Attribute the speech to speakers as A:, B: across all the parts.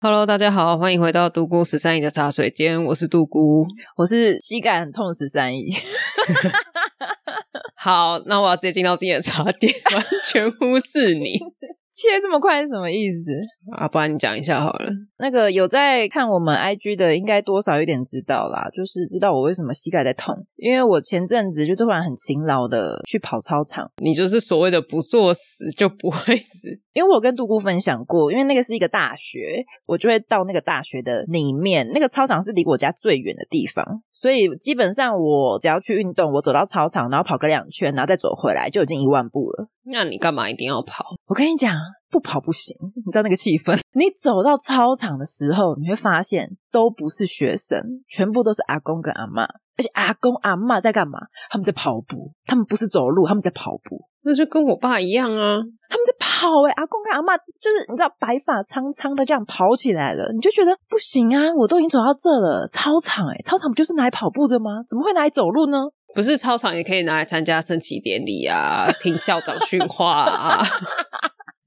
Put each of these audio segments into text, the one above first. A: Hello，大家好，欢迎回到独孤十三姨的茶水间，我是独孤。
B: 我是膝盖很痛十三亿，
A: 好，那我要直接进到自己的茶点， 完全忽视你
B: 切这么快是什么意思？
A: 啊！不然你讲一下好了。
B: 那个有在看我们 IG 的，应该多少有点知道啦，就是知道我为什么膝盖在痛，因为我前阵子就突然很勤劳的去跑操场，
A: 你就是所谓的不作死就不会死，
B: 因为我有跟独孤分享过，因为那个是一个大学，我就会到那个大学的里面，那个操场是离我家最远的地方，所以基本上我只要去运动，我走到操场，然后跑个两圈，然后再走回来，就已经一万步了。
A: 那你干嘛一定要跑？
B: 我跟你讲，啊不跑不行，你知道那个气氛。 你走到操场的时候，你会发现都不是学生，全部都是阿公跟阿嬷。而且阿公阿嬷在干嘛？他们在跑步，他们不是走路，他们在跑步，
A: 那就跟我爸一样啊！
B: 他们在跑、欸。哎，阿公跟阿嬷就是你知道白发苍苍的这样跑起来了，你就觉得不行啊！我都已经走到这了，操场哎、操场不就是拿来跑步的吗？怎么会拿来走路呢？
A: 不是操场也可以拿来参加升旗典礼啊，听校长训话啊，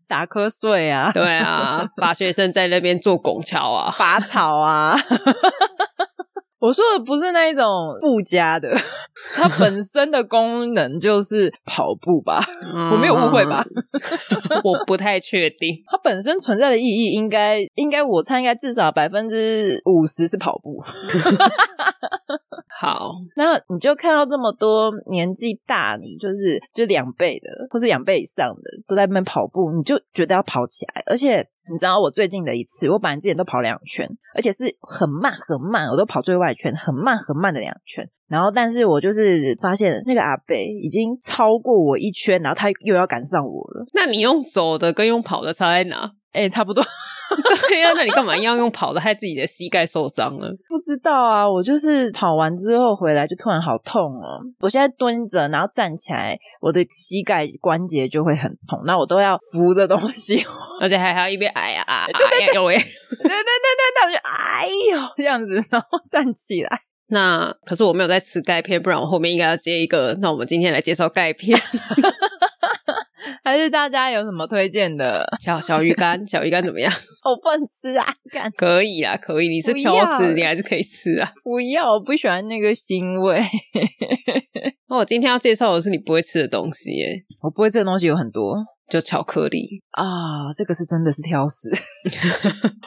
B: 打瞌睡啊，
A: 对啊，把学生在那边做拱桥啊。
B: 拔草啊。 我说的不是那一种附加的， 它本身的功能就是跑步吧？
A: 嗯
B: 我没有误会吧？
A: 啊我不太确定。
B: 它本身存在的意义应该应该我猜应该至少百分之五十是跑步。
A: 好，
B: 那你就看到这么多年纪大你就是就两倍的或是两倍以上的都在那边跑步，你就觉得要跑起来，而且。你知道我最近的一次，我本来之前都跑两圈，而且是很慢很慢，我都跑最外圈，很慢很慢的两圈。然后，但是我就是发现那个阿北已经超过我一圈，然后他又要赶上我了。
A: 那你用走的跟用跑的差在哪？
B: 哎、差不多。
A: 对呀、那你干嘛要用跑的，害自己的膝盖受伤 了？
B: 不知道啊，我就是跑完之后回来就突然好痛哦！我现在蹲着，然后站起来，我的膝盖关节就会很痛，那我都要扶着东西。
A: 而且还还要一边哎呀啊哎呀呦喂！
B: 对对对对对，我就哎呦这样子，然后站起来。
A: 那可是我没有在吃钙片，不然我后面应该要接一个。那我们今天来介绍钙 片，
B: 还是大家有什么推荐的？
A: 小小鱼干，小鱼干怎么样？
B: 我不能吃啊，干
A: 可以啊，可以。你是
B: 不
A: 挑
B: 要
A: 食，你还是可以吃啊。
B: 不要，我不喜欢那个腥味。
A: 那我今天要介绍的是你不会吃的东西耶，
B: 我不会这个东西有很多
A: 就巧克力。
B: 啊，这个是真的是挑食。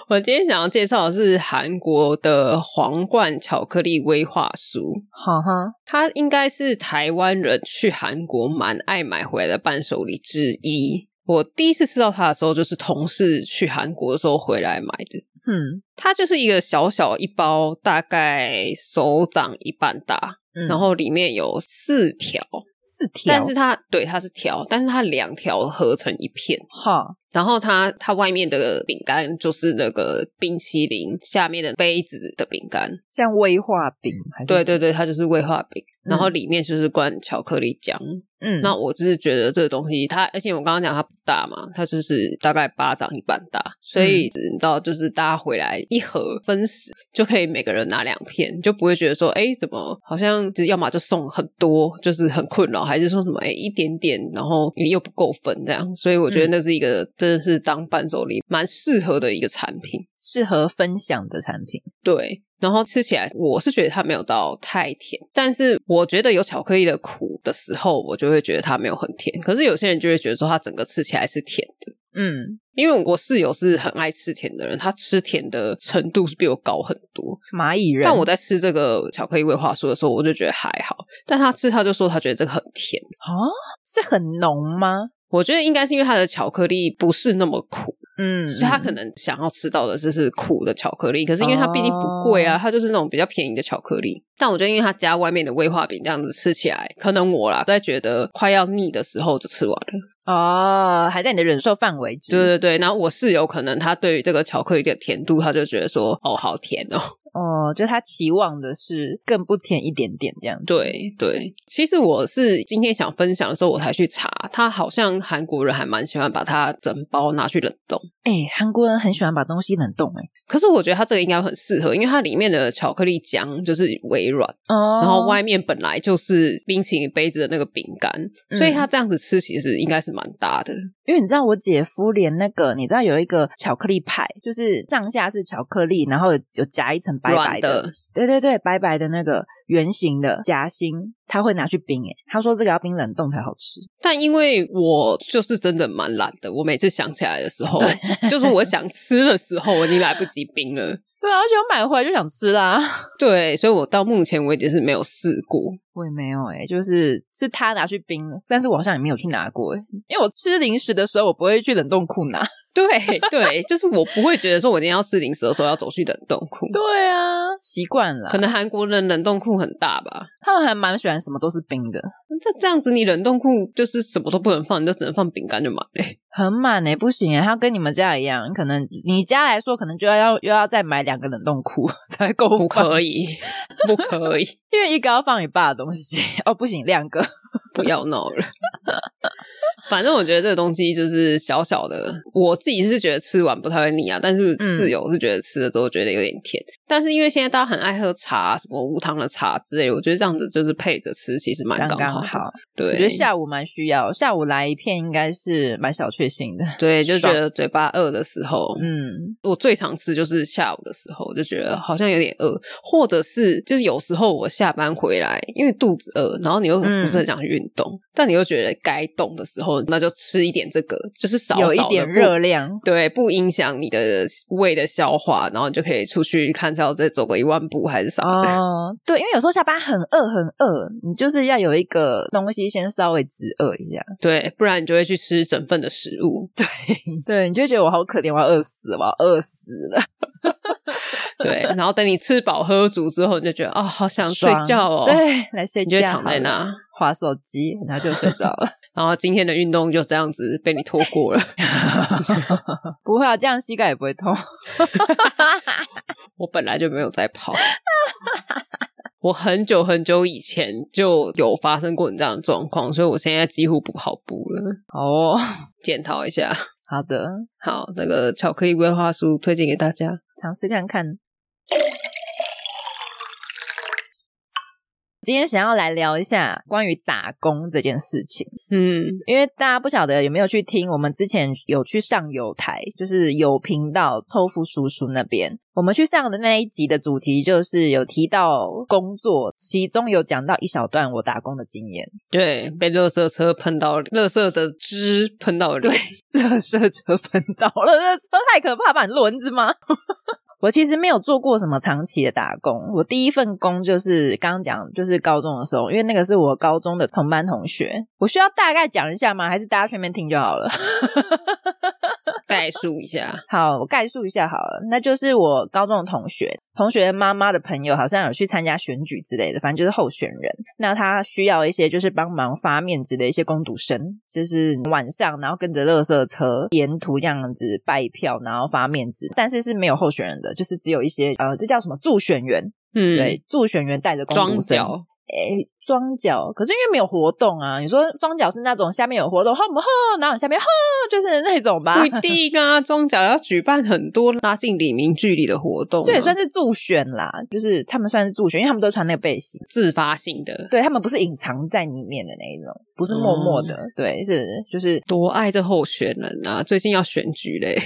A: 我今天想要介绍的是韩国的皇冠巧克力威化酥。
B: 好 哈，
A: 它应该是台湾人去韩国蛮爱买回来的伴手礼之一。我第一次吃到它的时候，就是同事去韩国的时候回来买的。
B: 嗯
A: 它就是一个小小一包，大概手掌一半大，
B: 嗯
A: 然后里面有四条，
B: 四条，
A: 但是它对它是条，但是它两条合成一片。
B: 哈，
A: 然后它它外面的饼干就是那个冰淇淋下面的杯子的饼干，
B: 像威化饼还是
A: 对，对对，它就是威化饼，
B: 嗯
A: 然后里面就是灌巧克力酱。
B: 嗯，
A: 那我就是觉得这个东西它，而且我刚刚讲它不大嘛，它就是大概巴掌一般大，所以你知道，就是大家回来一盒分食就可以每个人拿两片，你就不会觉得说，哎，怎么好像只要么就送很多，就是很困扰，还是说什么哎一点点，然后你又不够分这样，所以我觉得那是一个、真的是当伴手礼蛮适合的一个产品。
B: 适合分享的产品，
A: 对，然后吃起来我是觉得它没有到太甜，但是我觉得有巧克力的苦的时候，我就会觉得它没有很甜。可是有些人就会觉得说它整个吃起来是甜的，
B: 嗯，
A: 因为我室友是很爱吃甜的人，他吃甜的程度是比我高很多。
B: 蚂蚁人。
A: 但我在吃这个巧克力味化酥的时候，我就觉得还好，但他吃他就说他觉得这个很甜。
B: 哦，是很浓吗？
A: 我觉得应该是因为它的巧克力不是那么苦，
B: 嗯
A: 所以他可能想要吃到的就是苦的巧克力，可是因为它毕竟不贵啊，
B: 哦
A: 它就是那种比较便宜的巧克力。但我觉得，因为它加外面的威化饼这样子吃起来，可能我啦在觉得快要腻的时候就吃完了。
B: 哦，还在你的忍受范围之
A: 对对对，然后我室友可能他对于这个巧克力的甜度，他就觉得说哦好甜哦，
B: 哦，就他期望的是更不甜一点点这样子。
A: 对对，其实我是今天想分享的时候，我才去查，他好像韩国人还蛮喜欢把它整包拿去冷冻。
B: 哎，韩国人很喜欢把东西冷冻哎、
A: 可是我觉得它这个应该很适合，因为它里面的巧克力浆就是微软，
B: 哦
A: 然后外面本来就是冰淇淋杯子的那个饼干，所以
B: 嗯
A: 它这样子吃其实应该是蛮搭的。
B: 因为你知道我姐夫连那个，你知道有一个巧克力派，就是上下是巧克力，然后有有夹一层白
A: 软
B: 白的，
A: 的
B: 对对对，白白的那个圆形的夹心，他会拿去冰诶、他说这个要冰冷冻才好吃。
A: 但因为我就是真的蛮懒的，我每次想起来的时候，就是我想吃的时候，我已经来不及冰了。
B: 对啊，而且我买回来就想吃啦。
A: 对，所以我到目前为止是没有试过。
B: 我也没有诶、就是是他拿去冰了，但是我好像也没有去拿过诶、欸因为我吃零食的时候我不会去冷冻库拿。
A: 对对，就是我不会觉得说我今天要吃零食的时候要走去冷冻库，
B: 对啊，习惯了，
A: 可能韩国人冷冻库很大吧。
B: 他们还蛮喜欢什么都是冰的，
A: 那这样子你冷冻库就是什么都不能放，你就只能放饼干就满嘞。
B: 很满诶、不行诶、他跟你们家一样，可能你家来说可能就要要又要再买两个冷冻库 才够
A: 不
B: 放，
A: 可以，不可以，
B: 因为一个要放你爸的东西 哦，不行，两个。
A: 不要闹了。 反正我觉得这个东西就是小小的，我自己是觉得吃完不太会腻啊，但是
B: 嗯
A: 室友是觉得吃了之后觉得有点甜。但是因为现在大家很爱喝茶，什么无糖的茶之类的，我觉得这样子就是配着吃，其实蛮
B: 刚
A: 刚
B: 刚
A: 好的。
B: 好，
A: 对，
B: 我觉得下午蛮需要，下午来一片应该是蛮小确幸的。
A: 对，就觉
B: 爽
A: 得嘴巴饿的时候，
B: 嗯，
A: 我最常吃就是下午的时候，就觉得好像有点饿，或者是就是有时候我下班回来，因为肚子饿，然后你又不是
B: 嗯
A: 很想去运动，但你又觉得该动的时候，那就吃一点这个，就是少
B: 有一
A: 少的
B: 点
A: 不
B: 热，量，
A: 对，不影响你的胃的消化，然后你就可以出去看到再走个一万步还是啥的。
B: 哦，对，因为有时候下班很饿很饿，你就是要有一个东西先稍微止饿一下。
A: 对，不然你就会去吃整份的食物。 对
B: 对，你就觉得我好可怜，我要饿死了，我要饿死了。
A: 对，然后等你吃饱喝足之后，你就觉得哦，好想睡
B: 爽
A: 觉哦。
B: 对，来睡
A: 你
B: 觉
A: 就
B: 好
A: 会
B: 了，
A: 躺在那，
B: 划手机，然后就睡着了。
A: 然后今天的运动就这样子被你拖过了。
B: 不会啊，这样膝盖也不会痛。
A: 我本来就没有在跑，我很久很久以前就有发生过你这样的状况，所以我现在几乎不跑步了。
B: 哦，
A: 检讨一下，
B: 好的，
A: 好，那个巧克力规划书推荐给大家。
B: 尝试看看。今天想要来聊一下关于打工这件事情，
A: 嗯，
B: 因为大家不晓得有没有去听我们之前有去上有台，就是有频道偷富叔叔那边，我们去上的那一集的主题就是有提到工作，其中有讲到一小段我打工的经验。
A: 对，被垃圾车喷到，垃圾的汁喷到脸。
B: 乐色车喷到了，乐车太可怕吧？你轮子吗？ 我其实没有做过什么长期的打工，我第一份工就是刚刚讲，就是高中的时候，因为那个是我高中的同班同学。我需要大概讲一下吗？还是大家全面听就好了？
A: 概述一 下，
B: 好，我概述一下好了，那就是我高中的同学，同学妈妈的朋友好像有去参加选举之类的，反正就是候选人。那他需要一些就是帮忙发面子的一些工读生，就是晚上然后跟着垃圾车沿途这样子拜票，然后发面子，但是是没有候选人的，就是只有一些呃，这叫什么助选员？
A: 嗯，
B: 对，，助选员带着工
A: 装
B: 读生。
A: 脚。
B: 诶，装脚，可是因为没有活动啊，你说装脚是那种下面有活动，吼不吼，然后你下面吼，就是那种吧，
A: 不一定啊，装脚要举办很多拉近李明距离的活动、啊，
B: 这也算是助选啦，就是他们算是助选，因为他们都穿那个背心，
A: 自发性的。
B: 对他们不是隐藏在里面的那一种，不是默默的，对，是就是
A: 多爱这候选人啊！最近要选举嘞，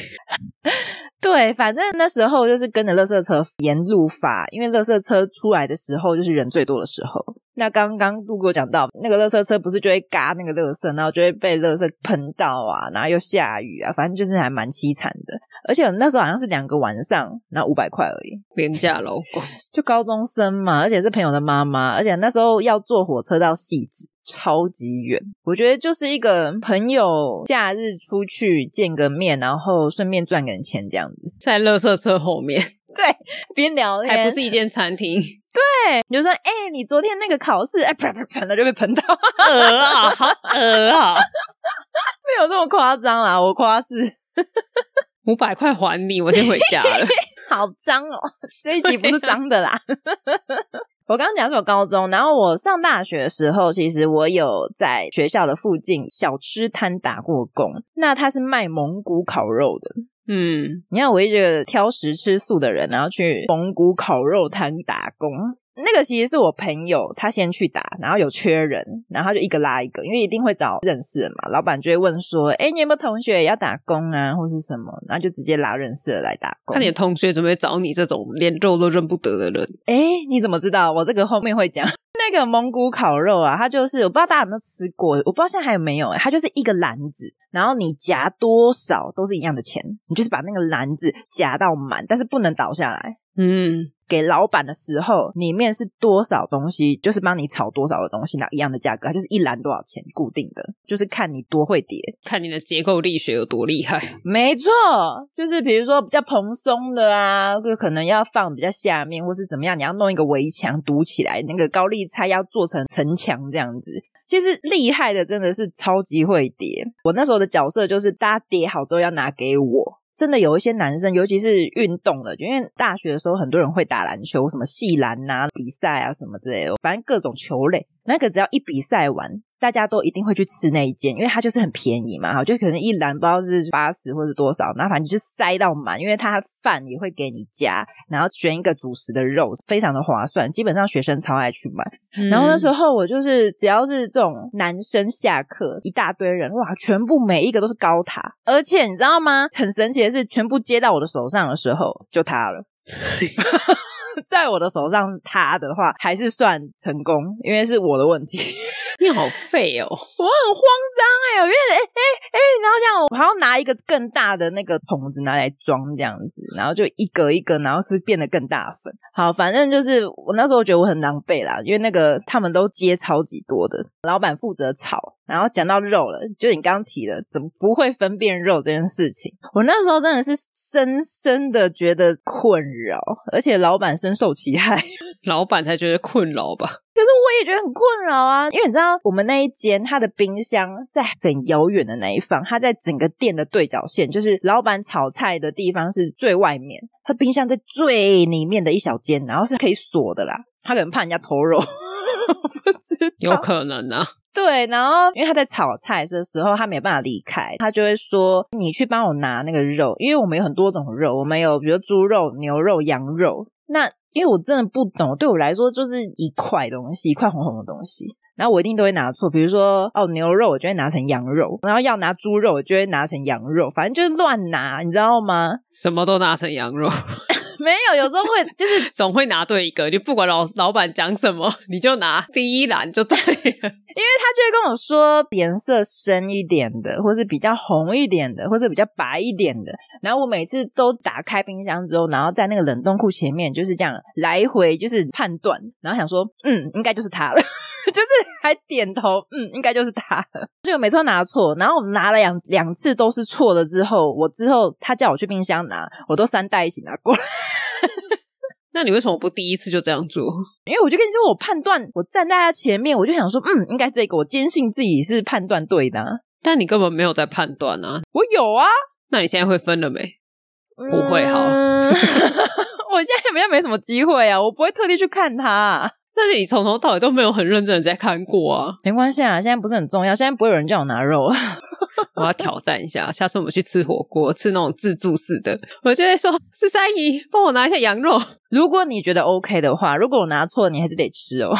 B: 对，反正那时候就是跟着垃圾车沿路发，因为垃圾车出来的时候就是人最多的时候。那刚刚路过讲到那个垃圾车不是就会嘎那个垃圾，然后就会被垃圾喷到啊，然后又下雨啊，反正就是还蛮凄惨的。而且我那时候好像是两个晚上，然后五百块而已，
A: 廉价老公。
B: 就高中生嘛，而且是朋友的妈妈，而且那时候要坐火车到汐止，超级远。我觉得就是一个朋友假日出去见个面，然后顺便赚点钱这样子，
A: 在垃圾车后面，
B: 边聊天啊
A: 还不是一间餐厅，
B: 你就说，哎、你昨天那个考试，哎、喷喷喷的就被喷到，
A: 鹅啊，好鹅啊，
B: 没有那么夸张啦，我夸是。
A: 五百块还你，我先回家了。
B: 好脏哦！这一集不是脏的啦。 我刚刚讲说高中，然后我上大学的时候，其实我有在学校的附近小吃摊打过工。那他是卖蒙古烤肉的。
A: 嗯，
B: 你看，我一个挑食吃素的人，然后去蒙古烤肉摊打工。那个其实是我朋友，他先去打，然后有缺人，然后他就一个拉一个，因为一定会找认识的嘛。老板就会问说：“哎，你有没有同学也要打工啊，或是什么？”然后就直接拉认识的来打工。
A: 看你的同学准备找你这种连肉都认不得的人，
B: 哎，你怎么知道？我这个后面会讲。 那个蒙古烤肉啊，它就是我不知道大家有没有吃过，我不知道现在还有没有、欸它就是一个篮子，然后你夹多少都是一样的钱，你就是把那个篮子夹到满，但是不能倒下来。
A: 嗯，
B: 给老板的时候，里面是多少东西，就是帮你炒多少的东西，拿一样的价格，它就是一篮多少钱固定的，就是看你多会叠。
A: 看你的结构力学有多厉害。
B: 没错，就是比如说比较蓬松的啊，就可能要放比较下面，或是怎么样，你要弄一个围墙堵起来，那个高丽菜要做成城墙这样子。其实厉害的真的是超级会叠，我那时候的角色就是大家叠好之后要拿给我。真的有一些男生，尤其是运动的，因为大学的时候很多人会打篮球，什么系篮呐、比赛啊什么之类的，反正各种球类。那个只要一比赛完，大家都一定会去吃那一间，因为它就是很便宜嘛，哈，就可能一篮不知道是八十或者多少，然后反正就是塞到满，因为它饭也会给你加，然后选一个主食的肉，非常的划算，基本上学生超爱去买。然后那时
A: 候，
B: 候我就是只要是这种男生下课一大堆人，哇，全部每一个都是高塔，而且你知道吗？很神奇的是，全部接到我的手上的时候就塌了。在我的手上塌的话，还是算成功，因为是我的问题。
A: 你好废哦，
B: 我很慌张哎、我因为哎哎哎，然后这样我还要拿一个更大的那个桶子拿来装这样子，然后就一格一格，然后是变得更大份。好，反正就是我那时候觉得我很狼狈啦，因为那个他们都接超级多的，老板负责炒。然后讲到肉了，就你刚刚提的，怎么不会分辨肉这件事情？我那时候真的是深深的觉得困扰， 而且老板深受其害。
A: 老板才觉得困扰吧？
B: 可是我也觉得很困扰啊，因为你知道我们那一间它的冰箱在很遥远的那一方，它在整个店的对角线，就是老板炒菜的地方是最外面，它冰箱在最里面的一小间，然后是可以锁的啦。他可能怕人家偷肉， 我不知道
A: 有可能啊，
B: 对，然后因为他在炒菜的时候，他没办法离开，他就会说：“你去帮我拿那个肉，因为我们有很多种肉，我们有比如猪肉、牛肉、羊肉。那因为我真的不懂，对我来说就是一块东西，一块红红的东西。”然后我一定都会拿错，比如说哦牛肉，我就会拿成羊肉，然后要拿猪肉，我就会拿成羊肉，反正就是乱拿，你知道吗？
A: 什么都拿成羊肉，
B: 没有，有时候会就是
A: 总会拿对一个。你不管老老板讲什么，你就拿第一栏就对了。
B: 因为他就会跟我说颜色深一点的，或是比较红一点的，或是比较白一点的。然后我每次都打开冰箱之后，然后在那个冷冻库前面就是这样来回就是判断，然后想说，嗯，应该就是它了。 就是还点头，嗯，应该就是它了。就每次都拿错，然后我拿了两两次都是错的之后，我之后他叫我去冰箱拿，我都三袋一起拿过来。
A: 那你为什么不第一次就这样做？
B: 因为我就跟你说，我判断，我站在他前面，我就想说，嗯，应该这个，我坚信自己是判断对的啊、
A: 但你根本没有在判断啊。
B: 我有啊，
A: 那你现在会分了没？不会好
B: 嗯 我现在比较没什么机会啊，我不会特地去看它、
A: 但是你从头到尾都没有很认真的在看过啊。
B: 没关系啊，现在不是很重要，现在不会有人叫我拿肉。
A: 我要挑战一下，下次我们去吃火锅，吃那种自助式的，我就会说：“十三姨，帮我拿一下羊肉。
B: 如果你觉得 OK 的话，如果我拿错了，你还是得吃哦。”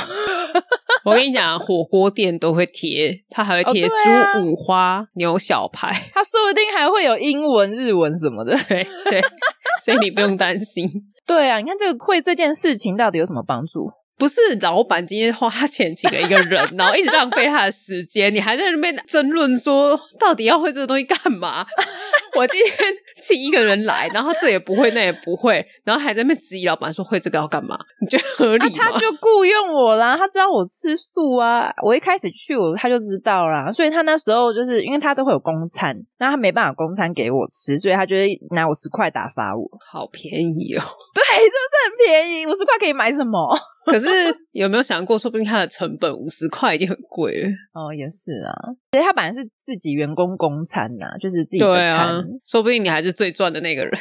A: 我跟你讲，啊火锅店都会贴，它还会贴
B: 哦对啊
A: 猪五花、牛小排，
B: 他说不定还会有英文、日文什么的。
A: 对对，所以你不用担心。
B: 对啊，你看这个会这件事情到底有什么帮助？
A: 不是老板今天花钱请了一个人，然后一直浪费他的时间，你还在那边争论说到底要会这个东西干嘛？ 我今天请一个人来，然后这也不会，那也不会，然后还在那边质疑老板说会这个要干嘛？你觉得合
B: 啊，
A: 理吗？
B: 他就雇佣我啦，他知道我吃素啊。我一开始去我他就知道啦，所以他那时候就是因为他都会有公餐，那他没办法公餐给我吃，所以他就会拿我十块打发我。
A: 好便宜哦！
B: 对，是不是很便宜？五十块可以买什么？
A: 可是有没有想过，说不定它的成本五十块已经很贵了。
B: 哦，也是啊。所以他本来是自己员工公餐呐、就是自己的
A: 对
B: 餐。
A: 啊，说不定你还是最赚的那个人。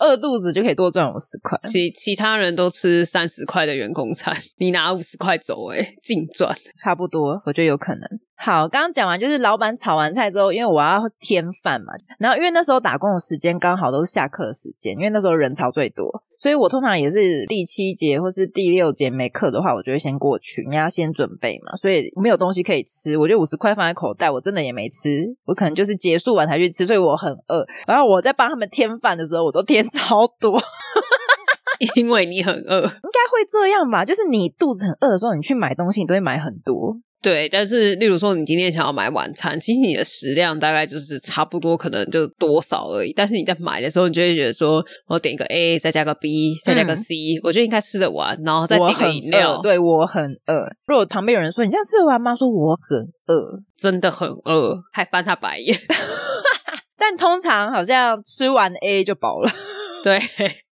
B: 饿肚子就可以多赚五十块。
A: 其其他人都吃三十块的员工餐，你拿五十块走、欸，哎，净赚。
B: 差不多，我觉得有可能。好，刚刚讲完就是老板炒完菜之后，因为我要添饭嘛，然后因为那时候打工的时间刚好都是下课的时间，因为那时候人潮最多，所以我通常也是第七节或是第六节没课的话，我就会先过去，你要先准备嘛，所以没有东西可以吃，我就五十块放在口袋，我真的也没吃，我可能就是结束完才去吃，所以我很饿。然后我在帮他们添饭的时候，我都添 超多，
A: 因为你很饿。
B: 应该会这样吧？就是你肚子很饿的时候，你去买东西，你都会买很多。
A: 对，但是例如说，你今天想要买晚餐，其实你的食量大概就是差不多，可能就多少而已。但是你在买的时候，你就会觉得说，我点一个 A，再加个 B，再加个 C，、我就应该吃得完，然后再
B: 嗯我
A: 点个
B: 很
A: 饮料
B: 饿，，对我很饿。如果旁边有人说你这样吃得完吗？说我很饿，
A: 真的很饿，还翻他白眼。
B: 但通常好像吃完 A 就饱了。
A: 对，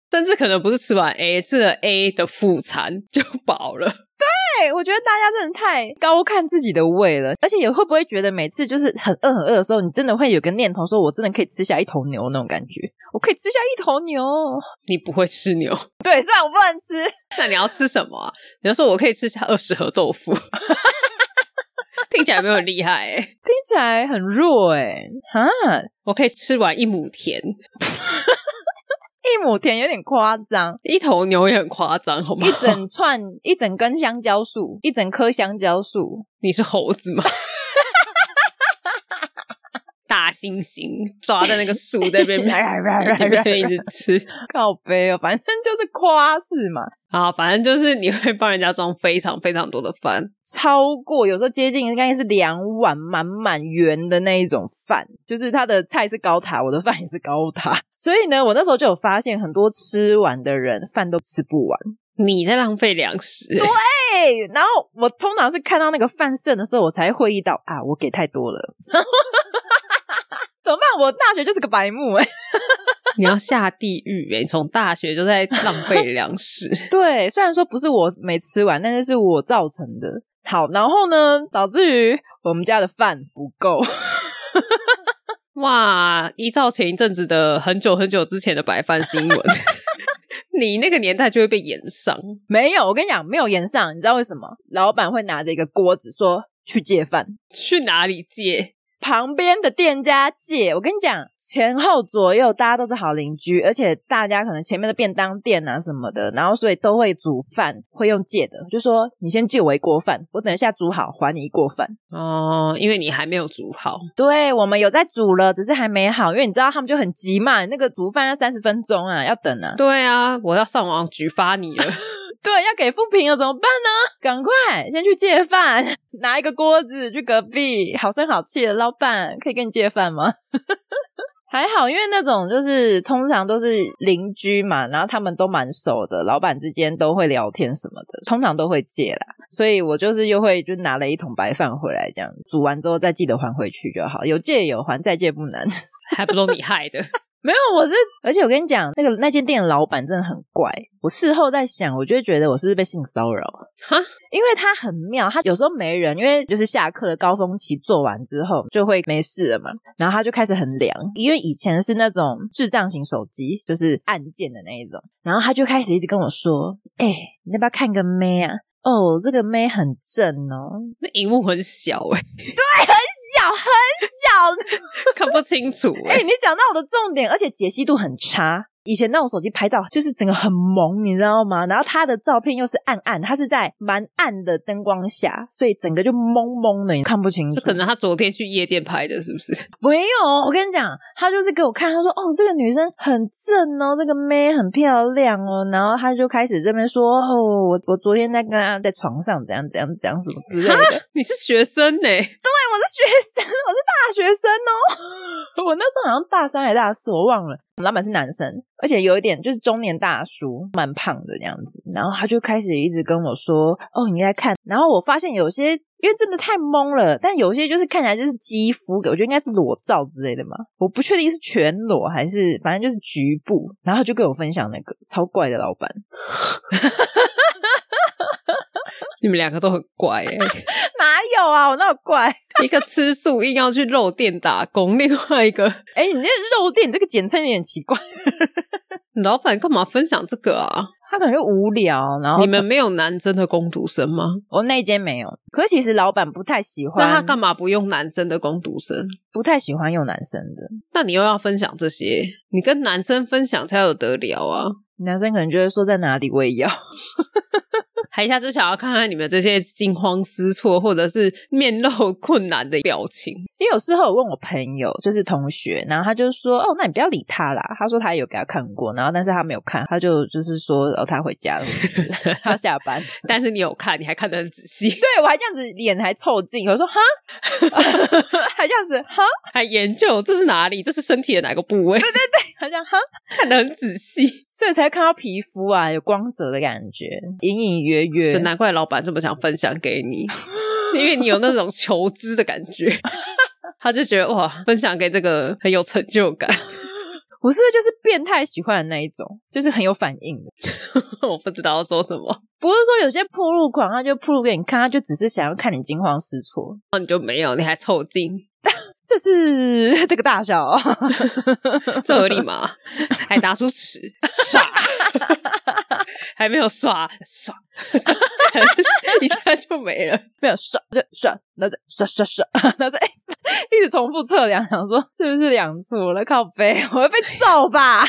A: 甚至可能不是吃完 A，吃了 A 的副餐就饱了。
B: 对，我觉得大家真的太高看自己的胃了，而且也会不会觉得每次就是很饿很饿的时候，你真的会有个念头说，我真的可以吃下一头牛那种感觉，我可以吃下一头牛。
A: 你不会吃牛，
B: 对，虽然我不能吃，
A: 那你要吃什么、啊？你要说我可以吃下二十盒豆腐， 听起来没有很厉害、欸。
B: 听起来很弱哎、哈，
A: 我可以吃完一亩田，
B: 一亩田有点夸张。
A: 一头牛也很夸张，好吗
B: 一？整串、一整根香蕉树，一整棵香蕉树，
A: 你是猴子吗？大猩猩抓在那个树在那边，
B: 哎
A: 在那边一直吃。
B: 靠背哦，反正就是夸饰嘛，
A: 啊，反正就是你会帮人家装非常非常多的饭，
B: 超过有时候接近应该是两碗满满圆的那一种饭，就是他的菜是高塔，我的饭也是高塔， 所以呢，我那时候就有发现很多吃完的人饭都吃不完，
A: 你在浪费粮食、欸
B: 对，然后我通常是看到那个饭剩的时候，我才会意到啊，我给太多了。 怎么办？我大学就是个白目哎、
A: 你要下地狱欸你从大学就在浪费粮食，
B: 对，虽然说不是我没吃完，但是是我造成的。好，然后呢，导致于我们家的饭不够。
A: 哇！依照前一阵子的很久很久之前的白饭新闻， 你那个年代就会被延上。
B: 没有，我跟你讲，没有延上，你知道为什么？老板会拿着一个锅子说去借饭，
A: 去哪里借？
B: 旁边的店家借。我跟你讲，前后左右大家都是好邻居，而且大家可能前面的便当店啊什么的，然后所以都会煮饭，会用借的，就说你先借我一锅饭，我等一下煮好还你一锅饭。
A: 哦，因为你还没有煮好。
B: 对我们有在煮了，只是还没好，因为你知道他们就很急嘛，那个煮饭要三十分钟啊，要等啊。
A: 对啊，我要上网举发你了。
B: 对，要给复评了怎么办呢？赶快先去借饭， 拿一个锅子去隔壁，好声好气的老板，可以跟你借饭吗？ 还好，因为那种就是通常都是邻居嘛，然后他们都蛮熟的，老板之间都会聊天什么的，通常都会借啦。所以我就是又会就拿了一桶白饭回来，这样煮完之后再记得还回去就好，有借有还，再借不难。
A: 还不都你害的？
B: 没有，我是，而且我跟你讲，那个那间店的老板真的很怪。我事后在想，我就会觉得我是不是被性骚扰啊？
A: 哈，
B: 因为他很妙，他有时候没人，因为就是下课的高峰期做完之后就会没事了嘛，然后他就开始很凉，因为以前是那种智障型手机，就是按键的那一种，然后他就开始一直跟我说：“哎、你要不要看个妹啊？哦，这个妹很正哦，
A: 那荧幕很小哎、
B: 小很小。
A: 看不清楚哎、
B: 哎、你讲到我的重点，而且解析度很差。以前那种手机拍照就是整个很蒙，你知道吗？然后它的照片又是暗暗，它是在蛮暗的灯光下，所以整个就蒙蒙的，你看不清楚。
A: 就可能他昨天去夜店拍的，是不是？
B: 没有，我跟你讲，他就是给我看，他说：“哦，这个女生很正哦，这个妹很漂亮哦。”然后他就开始这边说：“哦，我我昨天在跟她在床上怎样怎样怎样什么之类的。”
A: 你是学生欸呢、
B: 我是学生， 我是大学生哦。 我那时候好像大三还大四，我忘了。我们老板是男生，而且有一点就是中年大叔，蛮胖的这样子。然后他就开始一直跟我说：“哦，你在看。”然后我发现有些因为真的太懵了，但有些就是看起来就是肌肤，我觉得应该是裸照之类的嘛。我不确定是全裸还是反正就是局部。然后他就跟我分享那个超怪的老板，
A: 你们两个都很怪哎、
B: 哪有啊？我那有怪？
A: 一个吃素硬要去肉店打工，另外一个
B: 哎，你那肉店你这个简称有点奇怪。
A: 老板干嘛分享这个啊？
B: 他可能就无聊，然后
A: 你们没有男真的攻读生吗？
B: 我那一间没有，可是其实老板不太喜欢，
A: 那他干嘛不用男真的攻读生？
B: 不太喜欢用男生的，
A: 那你又要分享这些，你跟男生分享才有得聊啊！
B: 男生可能就会说在哪里我也要，
A: 还一下就想要看看你们这些惊慌失措或者是面露困难的表情。
B: 因为有时候我问我朋友，就是同学，然后他就说：“哦，那你不要理他啦。”他说他有给他看过，然后但是他没有看，他就就是说：“哦，他回家了， 他下班。”
A: 但是你有看，你还看得很仔细，
B: 对我还这样子脸还凑近，我说：“哈， 还这样子哈，
A: 还研究这是哪里，这是身体的哪个部位，
B: 还这样哈。”
A: 看得很仔 细。
B: 所以才看到皮肤啊有光泽的感觉，隐隐约约
A: 所以。难怪老板这么想分享给你， 因为你有那种求知的感觉。 他就觉得哇，分享给这个很有成就感。
B: 我是不是就是变态喜欢的那一种，就是很有反应的。
A: 我不知道要说什么，
B: 不是说有些铺路狂，他就铺路给你看，他就只是想要看你惊慌失措，
A: 那你就没有，你还凑近，
B: 这是 这个大小、哦，
A: 这合理吗？还拿出尺 耍，还没有耍耍， 一下就没了。
B: 没有刷就刷，然后再刷刷刷， 然后再、哎一直重复测量，想说是不是量错了？靠背，我会被揍吧？ 我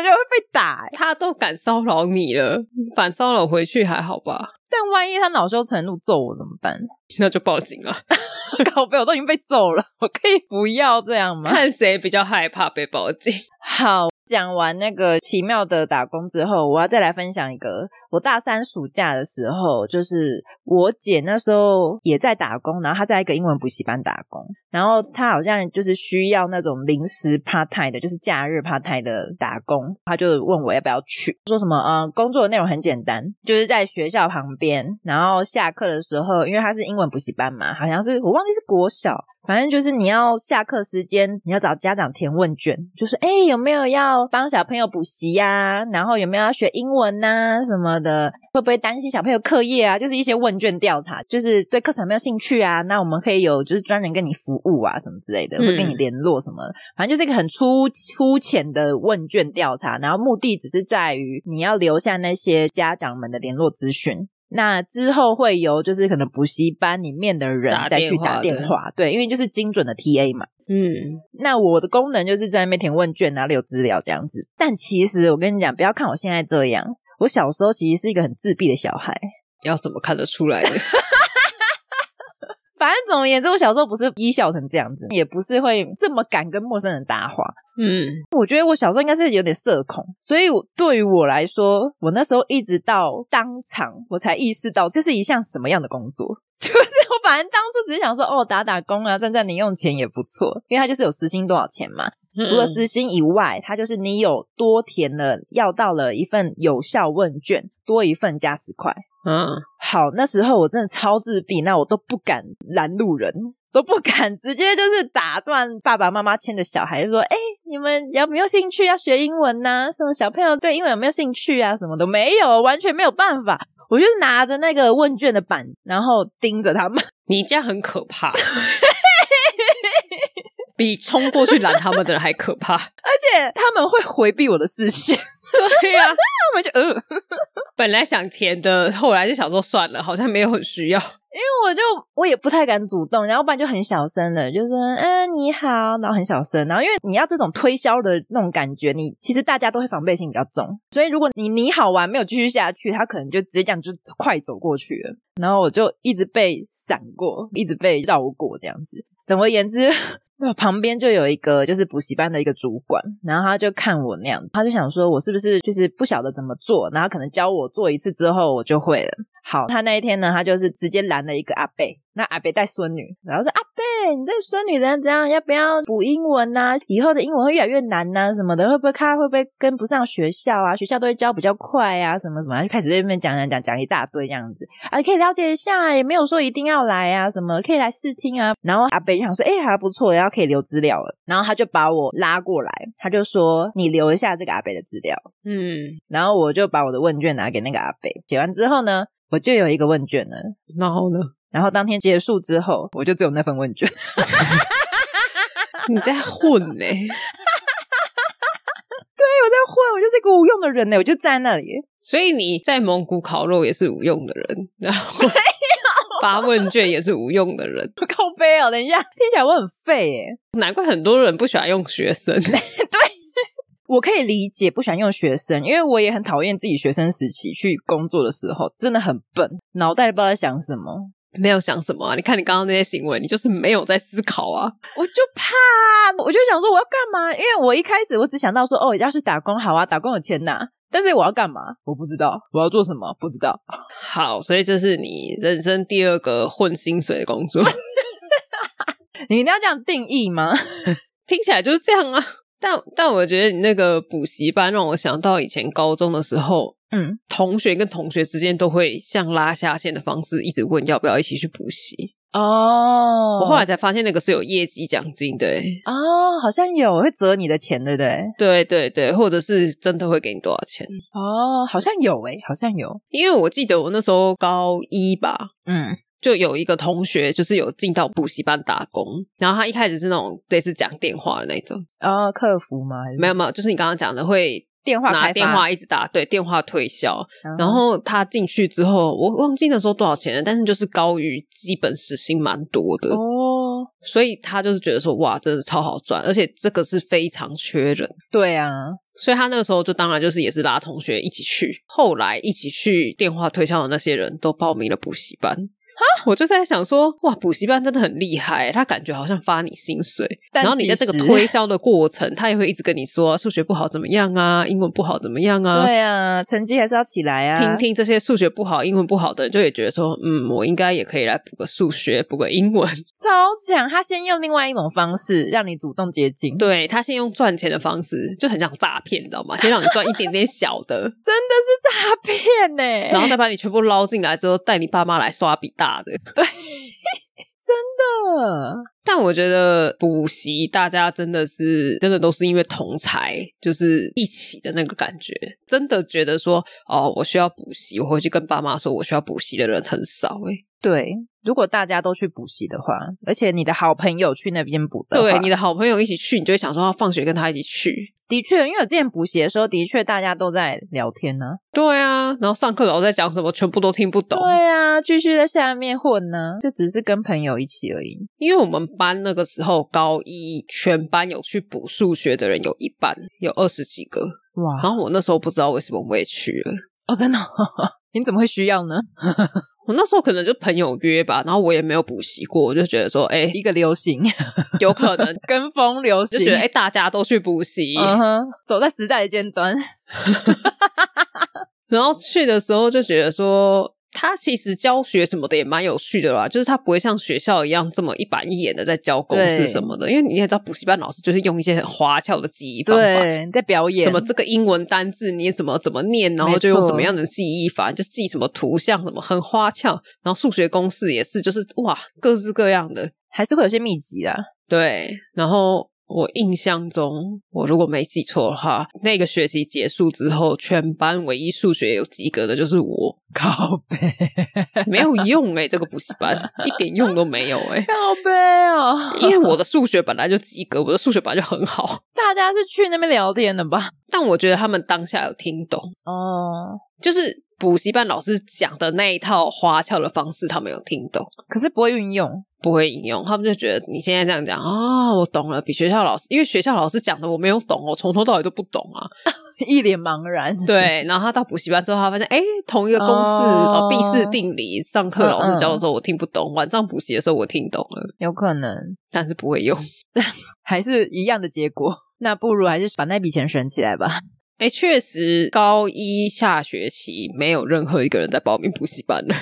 B: 觉得会被打、哎
A: 他都敢骚扰你了，反骚扰回去还好吧？
B: 但万一他恼羞成怒揍我怎么办？
A: 那就报警啊！
B: 靠背，我都已经被揍了，我可以不要这样吗？
A: 看谁比较害怕被报警。
B: 好，讲完那个奇妙的打工之后，我要再来分享一个。我大三暑假的时候，就是我姐那时候也在打工，然后她在一个英文补习班打工，然后她好像就是需要那种临时 part time 的，就是假日 part time 的打工，她就问我要不要去，说什么呃，工作的内容很简单，就是在学校旁边，然后下课的时候，因为她是英文补习班嘛，好像是我忘记是国小反正就是你要下课时间，你要找家长填问卷，就是哎、诶有没有要帮小朋友补习呀、然后有没有要学英文呐、什么的，会不会担心小朋友课业啊？就是一些问卷调查，就是对课程有没有兴趣啊？那我们可以有就是专人跟你服务啊什么之类的，
A: 嗯
B: 会跟你联络什么的。反正就是一个很粗粗浅的问卷调查，然后目的只是在于你要留下那些家长们的联络资讯。那之后会由就是可能补习班里面的人
A: 打
B: 再去
A: 电话
B: 打电
A: 的
B: 话，对，因为就是精准的 TA 嘛。
A: 嗯，
B: 那我的功能就是在那边填问卷，哪里有资料这样子。但其实我跟你讲，不要看我现在这样，我小时候其实是一个很自闭的小孩。
A: 要怎么看得出来呢？
B: 反正总而言之，我小时候不是一笑成这样子，也不是会这么敢跟陌生人搭话。
A: 嗯，
B: 我觉得我小时候应该是有点社恐，所以我对于我来说，我那时候一直到当场我才意识到这是一项什么样的工作。 就是我本来当初只是想说，哦，打打工啊，赚赚零用钱也不错，因为他就是有时薪多少钱嘛。
A: 嗯
B: 除了私心以外，它就是你有多填了，要到了一份有效问卷，多一份加十块。
A: 嗯，
B: 好，那时候我真的超自闭，那我都不敢拦路人，都不敢直接就是打断爸爸妈妈牵着小孩就说：“哎、你们有没有兴趣要学英文呐、什么小朋友对英文有没有兴趣啊？什么都没有，完全没有办法。”我就是拿着那个问卷的板，然后盯着他们。
A: 你这样很可怕，比冲过去拦他们的人还可 怕。
B: 而且他们会回避我的视线，
A: 对呀、
B: 他们就呃，
A: 本来想填的，后来就想说算了，好像没有很需要。
B: 我就我也不太敢主动，然后不然就很小声的，就是嗯你好，然后很小声，然后因为你要这种推销的那种感觉，你其实大家都会防备心比较重，所以如果你你好完没有继续下去，他可能就直接这样就快走过去了，然后我就一直被闪过，一直被绕过这样子。总而言之。 那旁边就有一个就是补习班的一个主管，然后他就看我那样，他就想说我是不是就是不晓得怎么做，然后可能教我做一次之后我就会了。好，他那一天呢，他就是直接拦了一个阿贝，那阿贝带孙女，然后说阿贝，你这孙女怎样怎样，要不要补英文呐、以后的英文会越来越难呐、什么的，会不会看会不会跟不上学校啊？学校都会教比较快啊，什么什么，他就开始在那边讲讲讲讲一大堆这样子啊，可以了解一下，也没有说一定要来啊，什么可以来试听啊。然后阿北就想说，哎、还不错，然后可以留资料了，然后他就把我拉过来，他就说你留一下这个阿北的资料。
A: 嗯，
B: 然后我就把我的问卷拿给那个阿北，写完之后呢，我就有一个问卷了。
A: 然后呢？
B: 然后当天结束之后，我就只有那份问卷。 哎
A: 你在混呢、
B: 对我在混，我就是一个无用的人呢、我就站在那里。
A: 所以你在蒙古烤肉也是无用的人，然后发问卷也是无用的人，
B: 靠背哦，等一下，听起来我很废耶、
A: 难怪很多人不喜欢用学生。
B: 我可以理解不喜欢用学生，因为我也很讨厌自己学生时期去工作的时候，真的很笨，脑袋不知道在想什么。
A: 没有想什么啊？你看你刚刚那些行为，你就是没有在思考啊。
B: 我就怕啊，我就想说我要干嘛？因为我一开始我只想到说，哦，要是打工好啊，打工有钱拿。但是我要干嘛？我不知道。我要做什么？不知道。
A: 好，所以这是你人生第二个混薪水的工作，
B: 你一定要这样定义吗？
A: 听起来就是这样啊。但但我觉得你那个补习班让我想到以前高中的时候，
B: 嗯，
A: 同学跟同学之间都会像拉下线的方式，一直问要不要一起去补习。
B: 哦
A: 我后来才发现那个是有业绩奖金的欸、
B: 哦，好像有会折你的钱，对不对？
A: 对对对，或者是真的会给你多少钱？
B: 哦，好像有诶、好像有。
A: 因为我记得我那时候高一吧，
B: 嗯，
A: 就有一个同学就是有进到补习班打工，然后他一开始是那种类似讲电话的那种，
B: 哦，客服吗？还是
A: 没有没有，就是你刚刚讲的会
B: 电话开
A: 拿
B: 发
A: 电话一直打，对，电话推销。
B: 嗯
A: 然后他进去之后，我忘记那时候多少钱了，但是就是高于基本时薪蛮多的，
B: 哦，
A: 所以他就是觉得说哇，真的超好赚，而且这个是非常缺人。
B: 对啊，
A: 所以他那个时候就当然就是也是拉同学一起去，后来一起去电话推销的那些人都报名了补习班。我就在想说，哇，补习班真的很厉害，欸他感觉好像发你薪水，
B: 但
A: 然后你在
B: 其
A: 这个
B: 实
A: 推销的过程，他也会一直跟你说数学不好怎么样啊，英文不好怎么样啊。
B: 对啊，成绩还是要起来啊。
A: 听听这些数学不好、英文不好的人，就也觉得说，嗯，我应该也可以来补个数学，补个英文。
B: 超强，他先用另外一种方式让你主动接近，
A: 对他先用赚钱的方式，就很像诈骗，你知道吗？先让你赚一点点小的，
B: 真的是诈骗欸呢、
A: 然后再把你全部捞进来之后，带你爸妈来刷笔大的。
B: 的
A: 但我觉得补习大家真的是真的都是因为同才，就是一起的那个感觉，真的觉得说哦，我需要补习，我回去跟爸妈说我需要补习的人很少欸诶、
B: 对。如果大家都去补习的话，而且你的好朋友去那边补的话，
A: 对，你的好朋友一起去，你就会想说要放学跟他一起去。
B: 的确，因为我之前补习的时候，的确大家都在聊天呢、
A: 对啊，然后上课老师在讲什么，全部都听不懂。
B: 对啊，继续在下面混呢、就只是跟朋友一起而已。
A: 因为我们班那个时候高一，全班有去补数学的人有一半，有二十几个。
B: 哇，
A: 然后我那时候不知道为什么我也去了，
B: 哦， 真的哦、你怎么会需要呢？
A: 我那时候可能就朋友约吧，然后我也没有补习过，我就觉得说，哎、
B: 一个流行，
A: 有可能
B: 跟风流
A: 就
B: 行，
A: 觉得哎、大家都去补习，
B: 嗯哼，走在时代的尖端。
A: 然后去的时候就觉得说。他其实教学什么的也蛮有趣的啦，就是他不会像学校一样这么一板一眼的在教公式
B: 对
A: 什么的，因为你也知道补习班老师就是用一些很花俏的记忆方法，
B: 对，在表演
A: 什么这个英文单字你怎么怎么念，然后
B: 没
A: 就用
B: 错
A: 什么样的记忆法，就记什么图像什么很花俏，然后数学公式也是，就是哇各式各样的。
B: 还是会有些秘籍啦。
A: 对，然后我印象中，我如果没记错的话，那个学期结束之后，全班唯一数学有及格的就是我，
B: 靠背，
A: 没有用哎、这个补习班一点用都没有哎、
B: 靠背哦！
A: 因为我的数学本来就及格，我的数学本来就很好，
B: 大家是去那边聊天的吧？
A: 但我觉得他们当下有听懂，
B: 哦，
A: 就是补习班老师讲的那一套花俏的方式，他们有听懂，
B: 可是不会运用，
A: 不会引用，他们就觉得你现在这样讲啊、我懂了，比学校老师，因为学校老师讲的我没有懂，我从头到尾都不懂啊。
B: 一脸茫然。
A: 对，然后他到补习班之后，他发现哎，诶同一个公式
B: 哦
A: 哦，毕氏定理，上课老师教的时候我听不懂，晚上补习的时候我听懂了，
B: 有可能
A: 但是不会用。
B: 还是一样的结果。那不如还是把那笔钱省起来吧。
A: 哎，确实，高一下学期没有任何一个人在报名补习班了，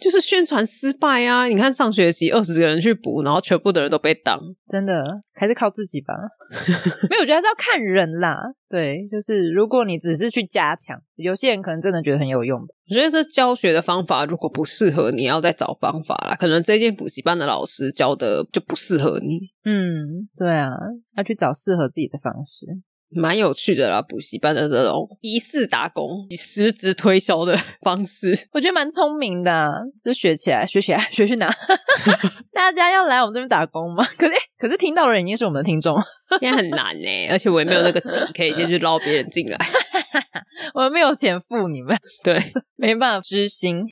A: 就是宣传失败啊！你看上学期二十个人去补，然后全部的人都被挡。
B: 真的，还是靠自己吧。 没有，我觉得还是要看人啦。对，就是如果你只是去加强，有些人可能真的觉得很有用吧。
A: 我觉得这教学的方法如果不适合你，要再找方法啦。可能这间补习班的老师教的就不适合你。
B: 嗯，对啊，要去找适合自己的方式。
A: 蛮有趣的啦，补习班的这种疑似打工、以实质推销的方式。
B: 我觉得蛮聪明的、啊，就学起来，学起来， 学去哪？大家要来我们这边打工吗？ 可是，诶可是听到的人已经是我们的听众，
A: 现在很难呢、而且我也没有那个底，可以先去捞别人进来。
B: 我们没有钱付你们，
A: 对，
B: 没办法知心。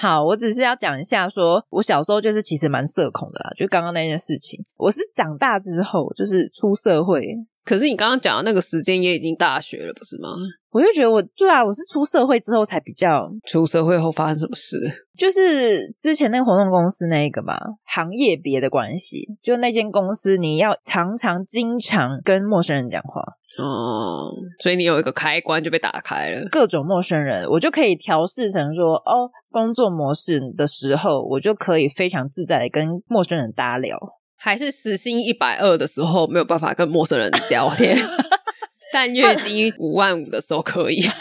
B: 好，我只是要讲一下说，我小时候就是其实蛮社恐的啦，就刚刚那件事情。我是长大之后，就是出社会，
A: 可是你刚刚讲的那个时间也已经大学了，不是吗？
B: 我就觉得我对啊，我是出社会之后才比较，
A: 出社会后发生什么事？
B: 就是之前那个活动公司那一个嘛，行业别的关系，就那间公司你要常常经常跟陌生人讲话，
A: 哦，所以你有一个开关就被打开了。
B: 各种陌生人，我就可以调试成说，哦，工作模式的时候，我就可以非常自在的跟陌生人搭聊。
A: 还是时薪一百二的时候没有办法跟陌生人聊天， 但月薪五万五的时候可以。啊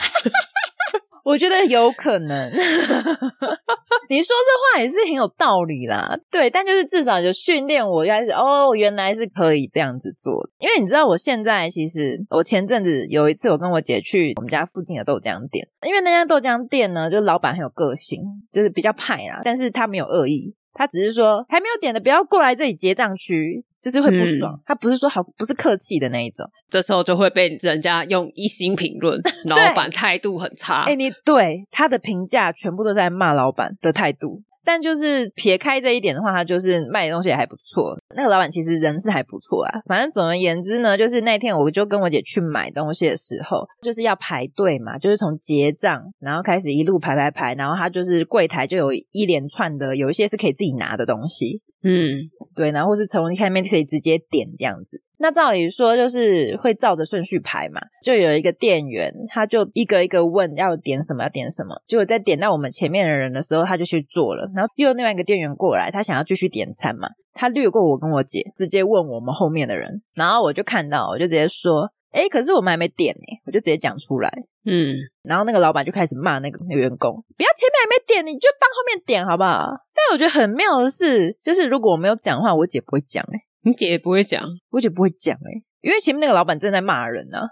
B: 我觉得有可能， 你说这话也是很有道理啦。对，但就是至少就训练我一开始哦，原来是可以这样子做的。因为你知道，我现在其实我前阵子有一次，我跟我姐去我们家附近的豆浆店，因为那家豆浆店呢，就老板很有个性，就是比较派啦，但是他没有恶意，他只是说还没有点的不要过来这里结账区。就是会不爽，他不是说好，不是客气的那一种。
A: 这时候就会被人家用一星评 论，老板态度很差。
B: 哎、你对他的评价全部都在骂老板的态度。但就是撇开这一点的话，他就是卖的东西也还不错。那个老板其实人是还不错啊。反正总而言之呢，就是那天我就跟我姐去买东西的时候，就是要排队嘛，就是从结账，然后开始一路排排排，然后他就是柜台就有一连串的，有一些是可以自己拿的东西，
A: 嗯，
B: 对，然后或是从下面可以直接点这样子。那照理说就是会照着顺序排嘛，就有一个店员，他就一个一个问要点什么，要点什么。结果在点到我们前面的人的时候，他就去做了。然后又有另外一个店员过来，他想要继续点餐嘛，他略过我跟我姐，直接问我们后面的人。然后我就看到，我就直接说：“哎，可是我们还没点呢、我就直接讲出来。
A: 嗯，
B: 然后那个老板就开始骂那个员工，不要前面还没点，你就帮后面点好不好？但我觉得很妙的是，就是如果我没有讲话，我姐不会讲哎、欸
A: 你姐也不会讲，
B: 我姐不会讲哎、欸因为前面那个老板正在骂人呢、啊，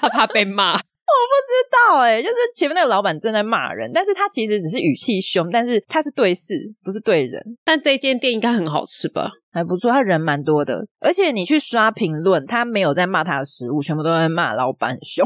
A: 她怕被骂。
B: 知道哎、就是前面那个老板正在骂人，但是他其实只是语气凶，但是他是对事，不是对人，
A: 但这间店应该很好吃吧？
B: 还不错，他人蛮多的，而且你去刷评论，他没有在骂他的食物，全部都在骂老板很凶，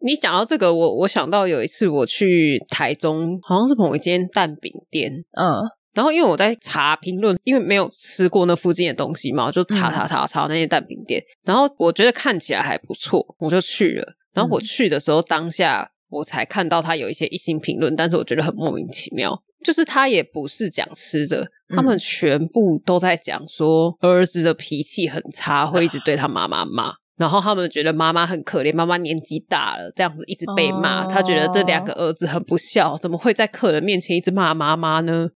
A: 你讲到这个，我我想到有一次我去台中，好像是某一间蛋饼店，
B: 嗯，
A: 然后因为我在查评论，因为没有吃过那附近的东西嘛，我就查查查查那些蛋饼店，然后我觉得看起来还不错，我就去了。然后我去的时候，当下我才看到他有一些一星评论，但是我觉得很莫名其妙，就是他也不是讲吃的，他们全部都在讲说儿子的脾气很差，会一直对他妈妈骂。然后他们觉得妈妈很可怜，妈妈年纪大了，这样子一直被骂，
B: 哦
A: 他觉得这两个儿子很不孝，怎么会在客人面前一直骂妈妈呢？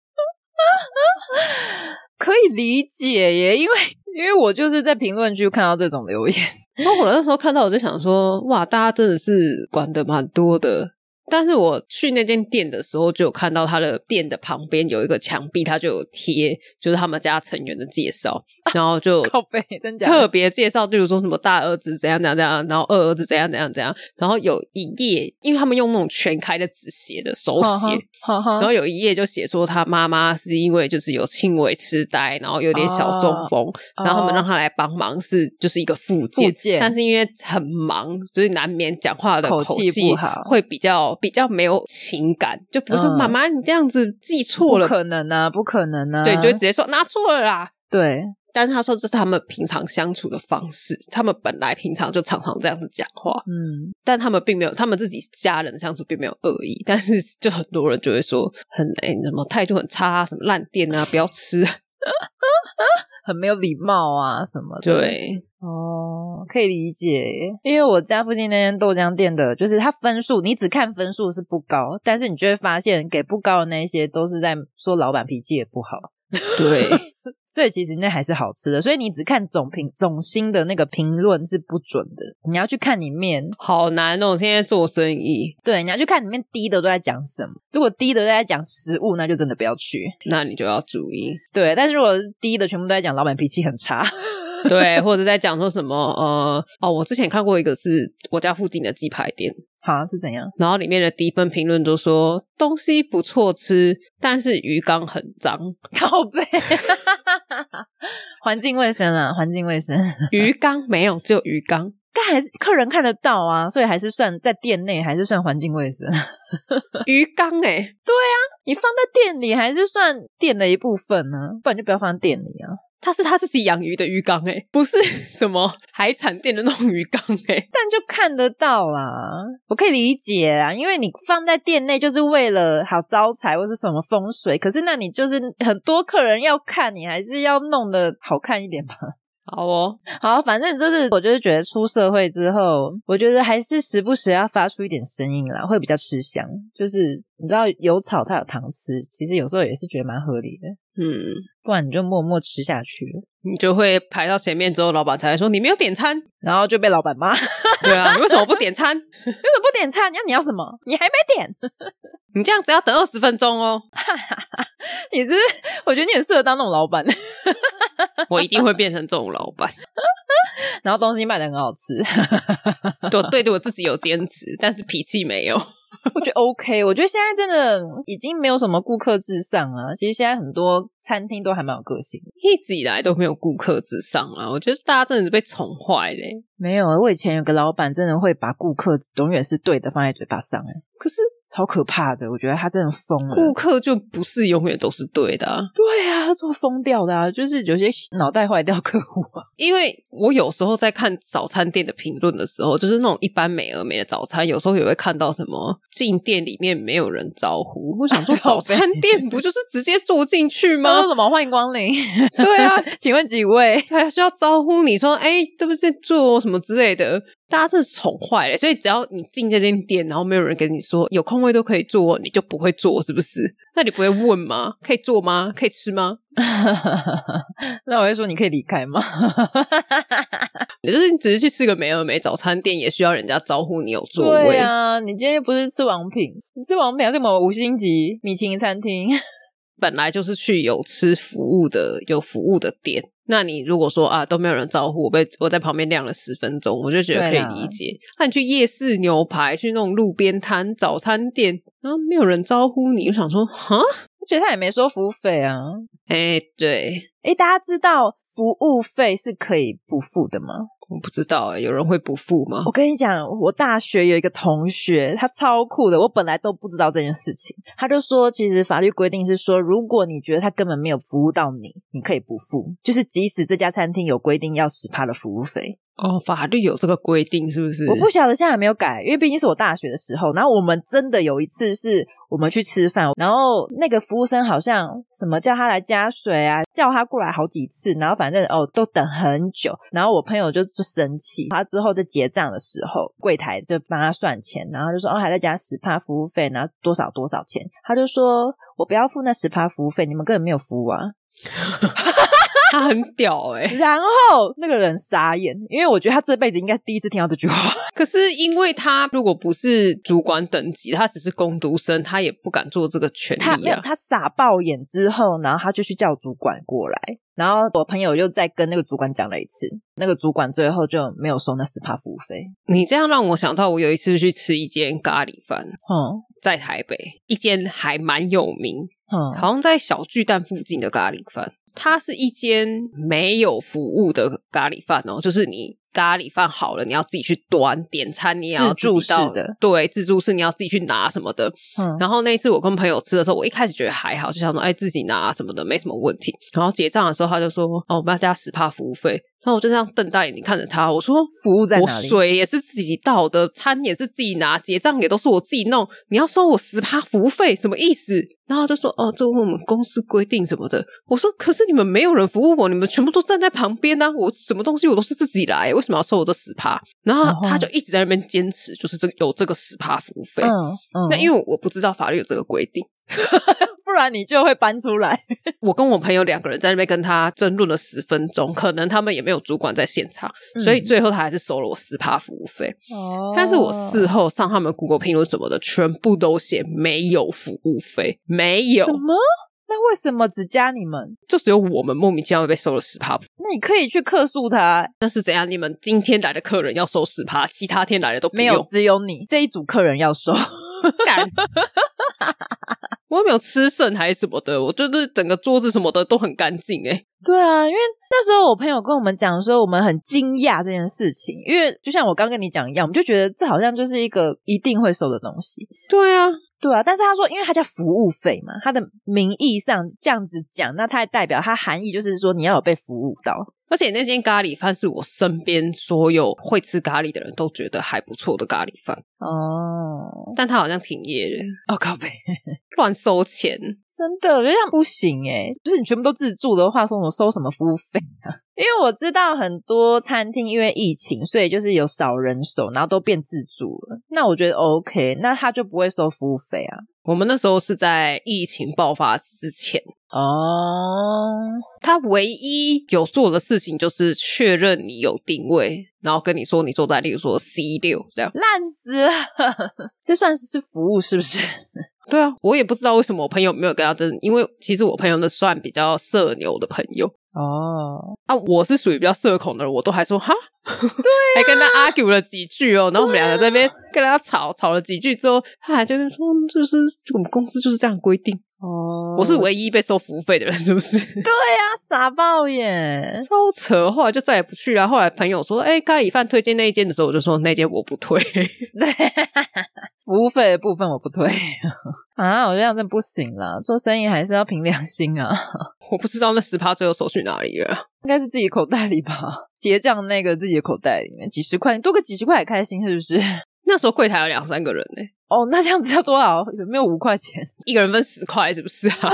B: 可以理解耶，因为因为我就是在评论区看到这种留言，
A: 然后我那时候看到，我就想说，哇，大家真的是管的蛮多的。但是我去那间店的时候，就有看到他的店的旁边有一个墙壁，他就有贴，就是他们家成员的介绍，然后就
B: 靠背真假的
A: 特别介绍，例如说什么大儿子怎样怎样怎样，然后二儿子怎样怎样怎样，然后有一页，因为他们用那种全开的纸写的手
B: 好
A: 写，
B: 好好
A: 然后有一页就写说他妈妈是因为就是有轻微痴呆，然后有点小中风，
B: 哦
A: 然后他们让他来帮忙是就是一个附件，
B: 附件
A: 但是因为很忙，就是难免讲话的
B: 口气
A: 气
B: 不好
A: 会比较比较没有情感，就比如说、
B: 嗯
A: 妈妈你这样子记错了
B: 不，可能啊，不可能啊，
A: 对，就会直接说拿错了啦。
B: 对，
A: 但是他说这是他们平常相处的方式，他们本来平常就常常这样子讲话，
B: 嗯，
A: 但他们并没有，他们自己家人相处并没有恶意，但是就很多人就会说很哎、什么态度很差啊，什么烂店啊，不 要吃。
B: 很没有礼貌啊什么的。，
A: 对，
B: 哦，可以理解耶，因为我家附近那间豆浆店的，就是它分数，你只看分数是不高，但是你就会发现给不高的那些都是在说老板脾气也不好。
A: 对，
B: 所以其实那还是好吃的，所以你只看总评总星的那个评论是不准的，你要去看里面，
A: 好难哦！现在做生意，
B: 对，你要去看里面低的都在讲什么。如果低的都在讲食物，那就真的不要去。
A: 那你就要注意。
B: 对，但是如果低的全部都在讲老板脾气很差，
A: 对，或者在讲说什么呃哦，我之前看过一个是我家附近的鸡排店，
B: 好是怎样？
A: 然后里面的低分评论都说东西不错吃，但是鱼缸很脏，
B: 靠背，环境卫生啊，环境卫生，
A: 鱼缸没有，只有鱼缸。
B: 但还是客人看得到啊，所以还是算在店内，还是算环境卫生。
A: 鱼缸哎、
B: 你放在店里还是算店的一部分呢、不然就不要放在店里啊。
A: 他是他自己养鱼的鱼缸哎、不是什么海产店的那种鱼缸哎、
B: 但就看得到啦，我可以理解啦，因为你放在店内就是为了好招财或是什么风水，可是那你就是很多客人要看，你还是要弄得好看一点吧。
A: 好哦，
B: 好，反正就是我就是觉得出社会之后，我觉得还是时不时要发出一点声音啦，会比较吃香。就是你知道有草它有糖吃，其实有时候也是觉得蛮合理的，
A: 嗯，
B: 不然你就默默吃下去了，
A: 你就会排到前面之后，老板才来说你没有点餐，
B: 然后就被老板骂，为 什
A: 对啊，你为什么不点餐？
B: 么不点菜？你要你要什么？你还没点？
A: 你这样子要等二十分钟哦，
B: 你是不是我觉得你很适合当那种老板，
A: 我一定会变成这种老板。
B: 然后东西卖的很好吃，
A: 对，对着我自己有坚持，但是脾气没有。
B: 我觉得 OK。我觉得现在真的已经没有什么顾客至上啊，其实现在很多餐厅都还蛮有个性的。
A: 一直以来都没有顾客至上啊，我觉得大家真的是被宠坏嘞。
B: 没有，啊我以前有个老板真的会把顾客永远是对的放在嘴巴上，哎，
A: 可是
B: 超可怕的，我觉得他真的疯了。
A: 顾客就不是永远都是对的、啊，
B: 对啊，他说疯掉的啊，就是有些脑袋坏掉客户 啊。
A: 因为我有时候在看早餐店的评论的时候，就是那种一般美而美的早餐，有时候也会看到什么进店里面没有人招呼，我想说
B: 靠
A: 早
B: 北
A: 餐店不就是直接坐进去
B: 他说
A: 吗？
B: 什么欢迎光临？
A: 对啊，
B: 请问几位？
A: 还需要招呼你说，哎、对不对，做什么之类的，大家真是宠坏了。所以只要你进这间店，然后没有人跟你说有空位都可以坐，你就不会坐，是不是？那你不会问吗？可以坐吗？可以吃吗？
B: 那我会说你可以离开吗？
A: 也就是你只是去吃个美而美早餐店，也需要人家招呼你有座
B: 对
A: 位。
B: 啊，你今天又不是吃王品，你吃王品还是什么五星级米其林餐厅？
A: 本来就是去有吃服务的有服务的店。那你如果说啊都没有人招呼，我被我在旁边晾了十分钟，我就觉得可
B: 对啊
A: 以
B: 啦
A: 理解。那你去夜市牛排，去那种路边摊早餐店，然后没有人招呼你，我想说哈，
B: 我觉得他也没收服务费啊。
A: 哎、对，
B: 诶，大家知道服务费是可以不付的吗？
A: 我不知道、有人会不付吗
B: 我？跟你讲，我大学有一个同学，他超酷的。我本来都不知道这件事情，他就说，其实法律规定是说，如果你觉得他根本没有服务到你，你可以不付，就是即使这家餐厅有规定要十趴的服务费。
A: 哦，法律有这个规定是不是？
B: 我不晓得现在还没有改，因为毕竟是我大学的时候。然后我们真的有一次是我们去吃饭，然后那个服务生好像什么叫他来加水啊，叫他过来好几次，然后反正哦都等很久。然后我朋友就就生气，他之后在结账的时候，柜台就帮他算钱，然后就说哦还在加十帕服务费，然后多少多少钱，他就说我不要付那十帕服务费，你们根本没有服务啊。
A: 他很屌哎、
B: 然后那个人傻眼，因为我觉得他这辈子应该第一次听到这句话。
A: 可是因为他如果不是主管等级，他只是工读生，他也不敢做这个权
B: 他
A: 利
B: 没有
A: 啊。
B: 他傻爆眼之后，然后他就去叫主管过来，然后我朋友又再跟那个主管讲了一次，那个主管最后就没有收那十帕服务费。
A: 你这样让我想到，我有一次去吃一间咖喱饭，
B: 嗯
A: 在台北一间还蛮有名，
B: 嗯，
A: 好像在小巨蛋附近的咖喱饭。它是一间没有服务的咖喱饭哦，就是你咖喱饭好了，你要自己去端点餐，你也要
B: 自助
A: 自己到
B: 式的，
A: 对，自助式你要自己去拿什么的。
B: 嗯
A: 然后那一次我跟朋友吃的时候，我一开始觉得还好，就想说哎自己拿什么的没什么问题。然后结账的时候他就说哦我们要加十帕服务费，然后我就这样瞪大眼睛看着他，我说
B: 服务在
A: 我
B: 哪里？嗯
A: 水也是自己倒的，餐也是自己拿，结账也都是我自己弄，你要收我十趴服务费什么意思？然后他就说哦这我们公司规定什么的。我说可是你们没有人服务我，你们全部都站在旁边呢、我什么东西我都是自己来，为什么要收我这十趴？然后
B: 然后
A: 他就一直在那边坚持，就是这个有这个十趴服务费。
B: 嗯嗯，
A: 那
B: 为
A: 因为我不知道法律有这个规定，
B: 不然你就会搬出来。
A: 我跟我朋友两个人在那边跟他争论了十分钟，可能他们也没有主管在现场，所以
B: 嗯
A: 最后他还是收了我十趴服务费。
B: 哦
A: 但是我事后上他们 Google 评论什么的，全部都写没有服务费，没有
B: 什么？那为什么只加你们？
A: 就只有我们莫名其妙被收了十趴，
B: 那你可以去客诉他，
A: 那是怎样？你们今天来的客人要收十趴，其他天来的都不
B: 没有，
A: 用
B: 只有你这一组客人要收。
A: 干。 我又没有吃剩还是什么的，我就是整个桌子什么的都很干净哎。
B: 对啊，因为那时候我朋友跟我们讲说，我们很惊讶这件事情，因为就像我刚跟你讲一样，我们就觉得这好像就是一个一定会收的东西。
A: 对啊，
B: 对啊，但是他说，因为他叫服务费嘛，他的名义上这样子讲，那他代表他含义就是说你要有被服务到。
A: 而且那间咖喱饭是我身边所有会吃咖喱的人都觉得还不错的咖喱饭，
B: 哦，
A: 但他好像停业了，
B: 哦，靠北，
A: 乱收钱。
B: 真的，我觉得这样不行诶，就是你全部都自助的话，说我收什么服务费啊？ 因为我知道很多餐厅因为疫情，所以就是有少人手，然后都变自助了。那我觉得 OK，那他就不会收服务费啊。
A: 我们那时候是在疫情爆发之前，
B: 哦，
A: 他唯一有做的事情就是确认你有定位，然后跟你说你坐在例如说 C 六这样。
B: 烂死了！ 这算是服务是不是？
A: 对啊，我也不知道为什么我朋友没有跟他争，因为其实我朋友那算比较社牛的朋友
B: 哦，
A: 啊，我是属于比较社恐的人，我都还说哈，对、还跟他 argue 了几句哦，然后我们两个在那边跟他吵吵了几句之后，他还在那边说嗯就是我们公司就是这样规定，
B: 哦
A: 我是唯一被收服务费的人，是不是？
B: 对呀、傻爆耶！
A: 超扯，后来就再也不去了。后来朋友说：“哎、咖喱饭推荐那一间的时候，我就说那间我不推。
B: 对，服务费的部分我不推 啊，我这样真的不行啦，做生意还是要凭良心啊，
A: 我不知道那十趴最后手去哪里了。
B: 应该是自己口袋里吧，结账那个自己的口袋里面几十块，多个几十块也开心是不 是？
A: 那时候柜台有两三个人呢、
B: 哦，那这样子要多少？有没有五块钱？
A: 一个人分十块，是不是啊？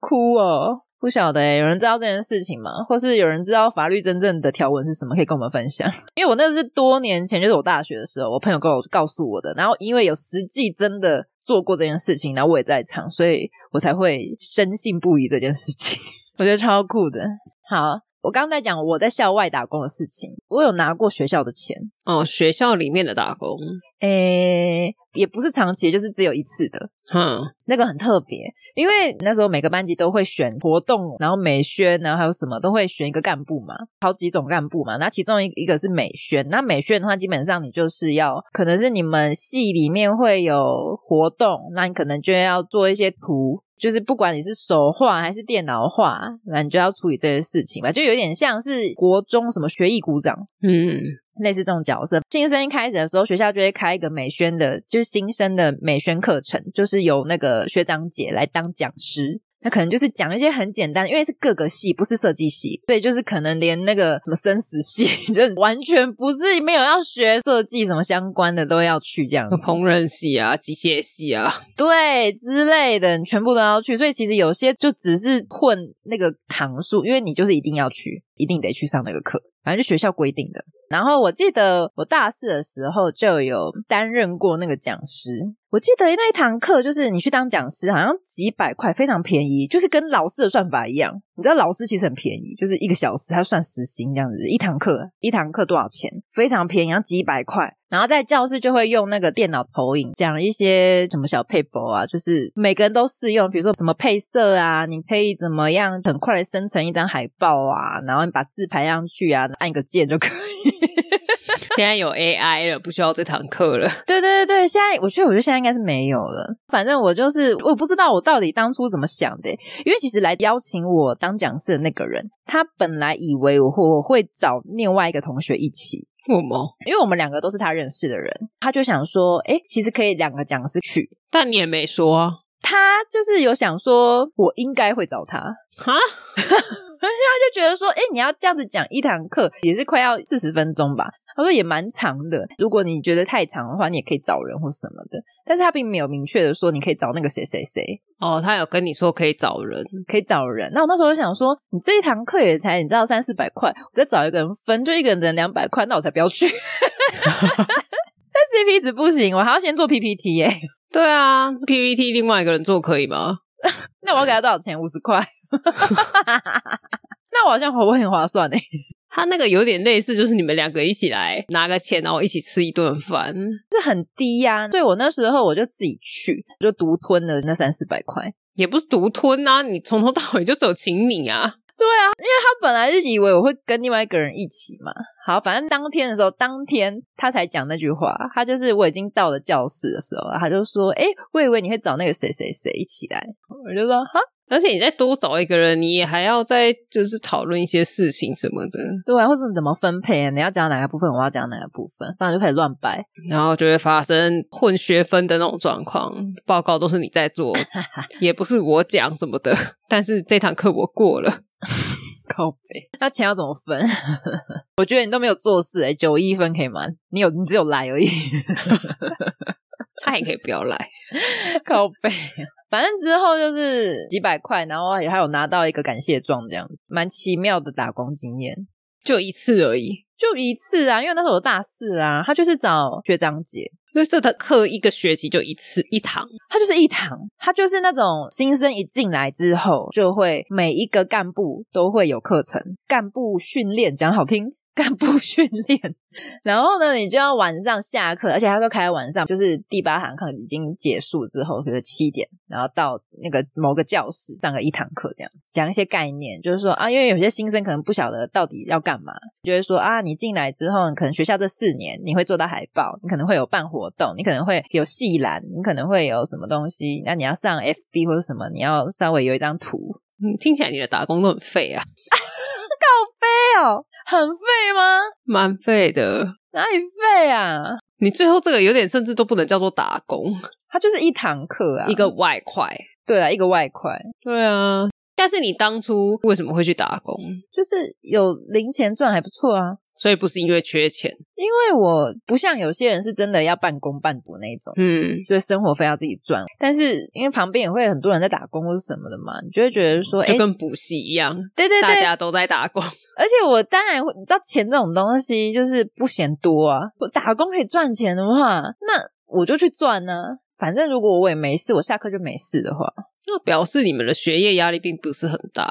B: 哭哦，不晓得诶有人知道这件事情吗？或是有人知道法律真正的条文是什么？可以跟我们分享。 因为我那是多年前，就是我大学的时候，我朋友跟我告诉我的。然后因为有实际真的做过这件事情，然后我也在场，所以我才会深信不疑这件事情。 我觉得超酷的。好，我刚刚在讲我在校外打工的事情，我有拿过学校的钱，
A: 哦，学校里面的打工，
B: 诶，也不是长期，就是只有一次的。
A: 哼，
B: 那个很特别，因为那时候每个班级都会选活动，然后美宣，啊然后还有什么都会选一个干部嘛，好几种干部嘛。那其中一一个是美宣，那美宣的话，基本上你就是要，可能是你们系里面会有活动，那你可能就要做一些图。就是不管你是手画还是电脑画，那你就要处理这些事情吧，就有点像是国中什么学艺鼓掌
A: 嗯，
B: 类似这种角色。新生一开始的时候，学校就会开一个美宣的，就是新生的美宣课程，就是由那个学长姐来当讲师。那可能就是讲一些很简单，因为是各个系，不是设计系，所以就是可能连那个什么生死系， 就是完全不是没有要学设计什么相关的都要去这样子。
A: 烹饪系啊，机械系啊，
B: 对之类的，你全部都要去。所以其实有些就只是混那个堂数，因为你就是一定要去，一定得去上那个课，反正就学校规定的。然后我记得我大四的时候就有担任过那个讲师。我记得那一堂课就是你去当讲师，好像几百块，非常便宜，就是跟老师的算法一样。你知道老师其实很便宜，就是一个小时他算时薪这样子，一堂课一堂课多少钱？非常便宜，然后几百块。然后在教室就会用那个电脑投影讲一些什么小配博啊，就是每个人都适用，比如说怎么配色啊，你可以怎么样很快的生成一张海报啊，然后你把字排上去啊，按一个键就可以。
A: 现在有 AI 了，不需要这堂课了。
B: 对对对对，现在我觉得我觉得现在应该是没有了。反正我就是我不知道我到底当初怎么想的，因为其实来邀请我当讲师的那个人，他本来以为我会我会找另外一个同学一起，
A: 我吗？
B: 因为我们两个都是他认识的人，他就想说，哎，其实可以两个讲师去。
A: 但你也没说啊，
B: 他就是有想说，我应该会找他，他
A: 哈，
B: 就觉得说，哎、你要这样子讲一堂课也是快要四十分钟吧？他说也蛮长的，如果你觉得太长的话，你也可以找人或什么的。但是他并没有明确的说你可以找那个谁谁谁，
A: 哦，他有跟你说可以找人，
B: 可以找人。那我那时候就想说，你这一堂课也才你知道三四百块，我再找一个人分，就一个人只能两百块，那我才不要去。 但 CP 值不行，我还要先做 PPT 耶、
A: 对啊，PPT 另外一个人做可以吗？
B: 那我要给他多少钱？五十块。那我好像我很划算诶、欸
A: 它那个有点类似，就是你们两个一起来拿个钱，然后一起吃一顿饭。
B: 这很低呀、所以我那时候我就自己去，就独吞了那三四百块。
A: 也不是独吞啊，你从头到尾就只有请你啊，
B: 他本来就以为我会跟另外一个人一起嘛。好，反正当天的时候，当天他才讲那句话，他就是我已经到了教室的时候，他就说：“哎、我以为你会找那个谁谁谁一起来。”我就说：“哈，
A: 而且你再多找一个人，你也还要再就是讨论一些事情什么的，
B: 对啊，或者你怎么分配、啊？你要讲哪个部分，我要讲哪个部分，反正就开始乱掰。
A: 然后就会发生混学分的那种状况，报告都是你在做，也不是我讲什么的，但是这堂课我过了。
B: 靠背，那钱要怎么分？ 我觉得你都没有做事哎、九一分可以吗？你有，你只有来而已。
A: 他也可以不要来，
B: 靠背。哦反正之后就是几百块，然后也还有拿到一个感谢状，这样子蛮奇妙的打工经验。
A: 就一次而已。
B: 就一次啊，因为那时候我大四啊，他就是找学长姐，
A: 因为这堂课一个学期就一次一堂，
B: 他就是一堂，他就是那种新生一进来之后，就会每一个干部都会有课程，干部训练讲好听，干部训练。然后呢，你就要晚上下课，而且他都开晚上，就是第八堂课已经结束之后，比如说七点，然后到那个某个教室上个一堂课，这样讲一些概念，就是说啊，因为有些新生可能不晓得到底要干嘛，就会说啊，你进来之后，你可能学校这四年你会做到海报，你可能会有办活动，你可能会有戏栏，你可能会有什么东西，那你要上 FB 或者什么，你要稍微有一张图，
A: 嗯，听起来你的打工都很废啊，
B: 没有很废吗？
A: 蛮废的。
B: 哪里废啊？
A: 你最后这个有点甚至都不能叫做打工，
B: 它就是一堂课啊，
A: 一个外快。
B: 对啊，一个外快，
A: 对啊，但是你当初为什么会去打工？
B: 就是有零钱赚还不错啊。
A: 所以不是因为缺钱，
B: 因为我不像有些人是真的要半工半读那一种，
A: 嗯，
B: 对生活费要自己赚。但是因为旁边也会很多人在打工或是什么的嘛，你就会觉得说，哎、
A: 就跟补习一样，
B: 对对
A: 大
B: 对，
A: 家都在打工。
B: 而且我当然会，你知道钱这种东西就是不嫌多啊。我打工可以赚钱的话，那我就去赚呢、反正如果我也没事，我下课就没事的话，
A: 那表示你们的学业压力并不是很大，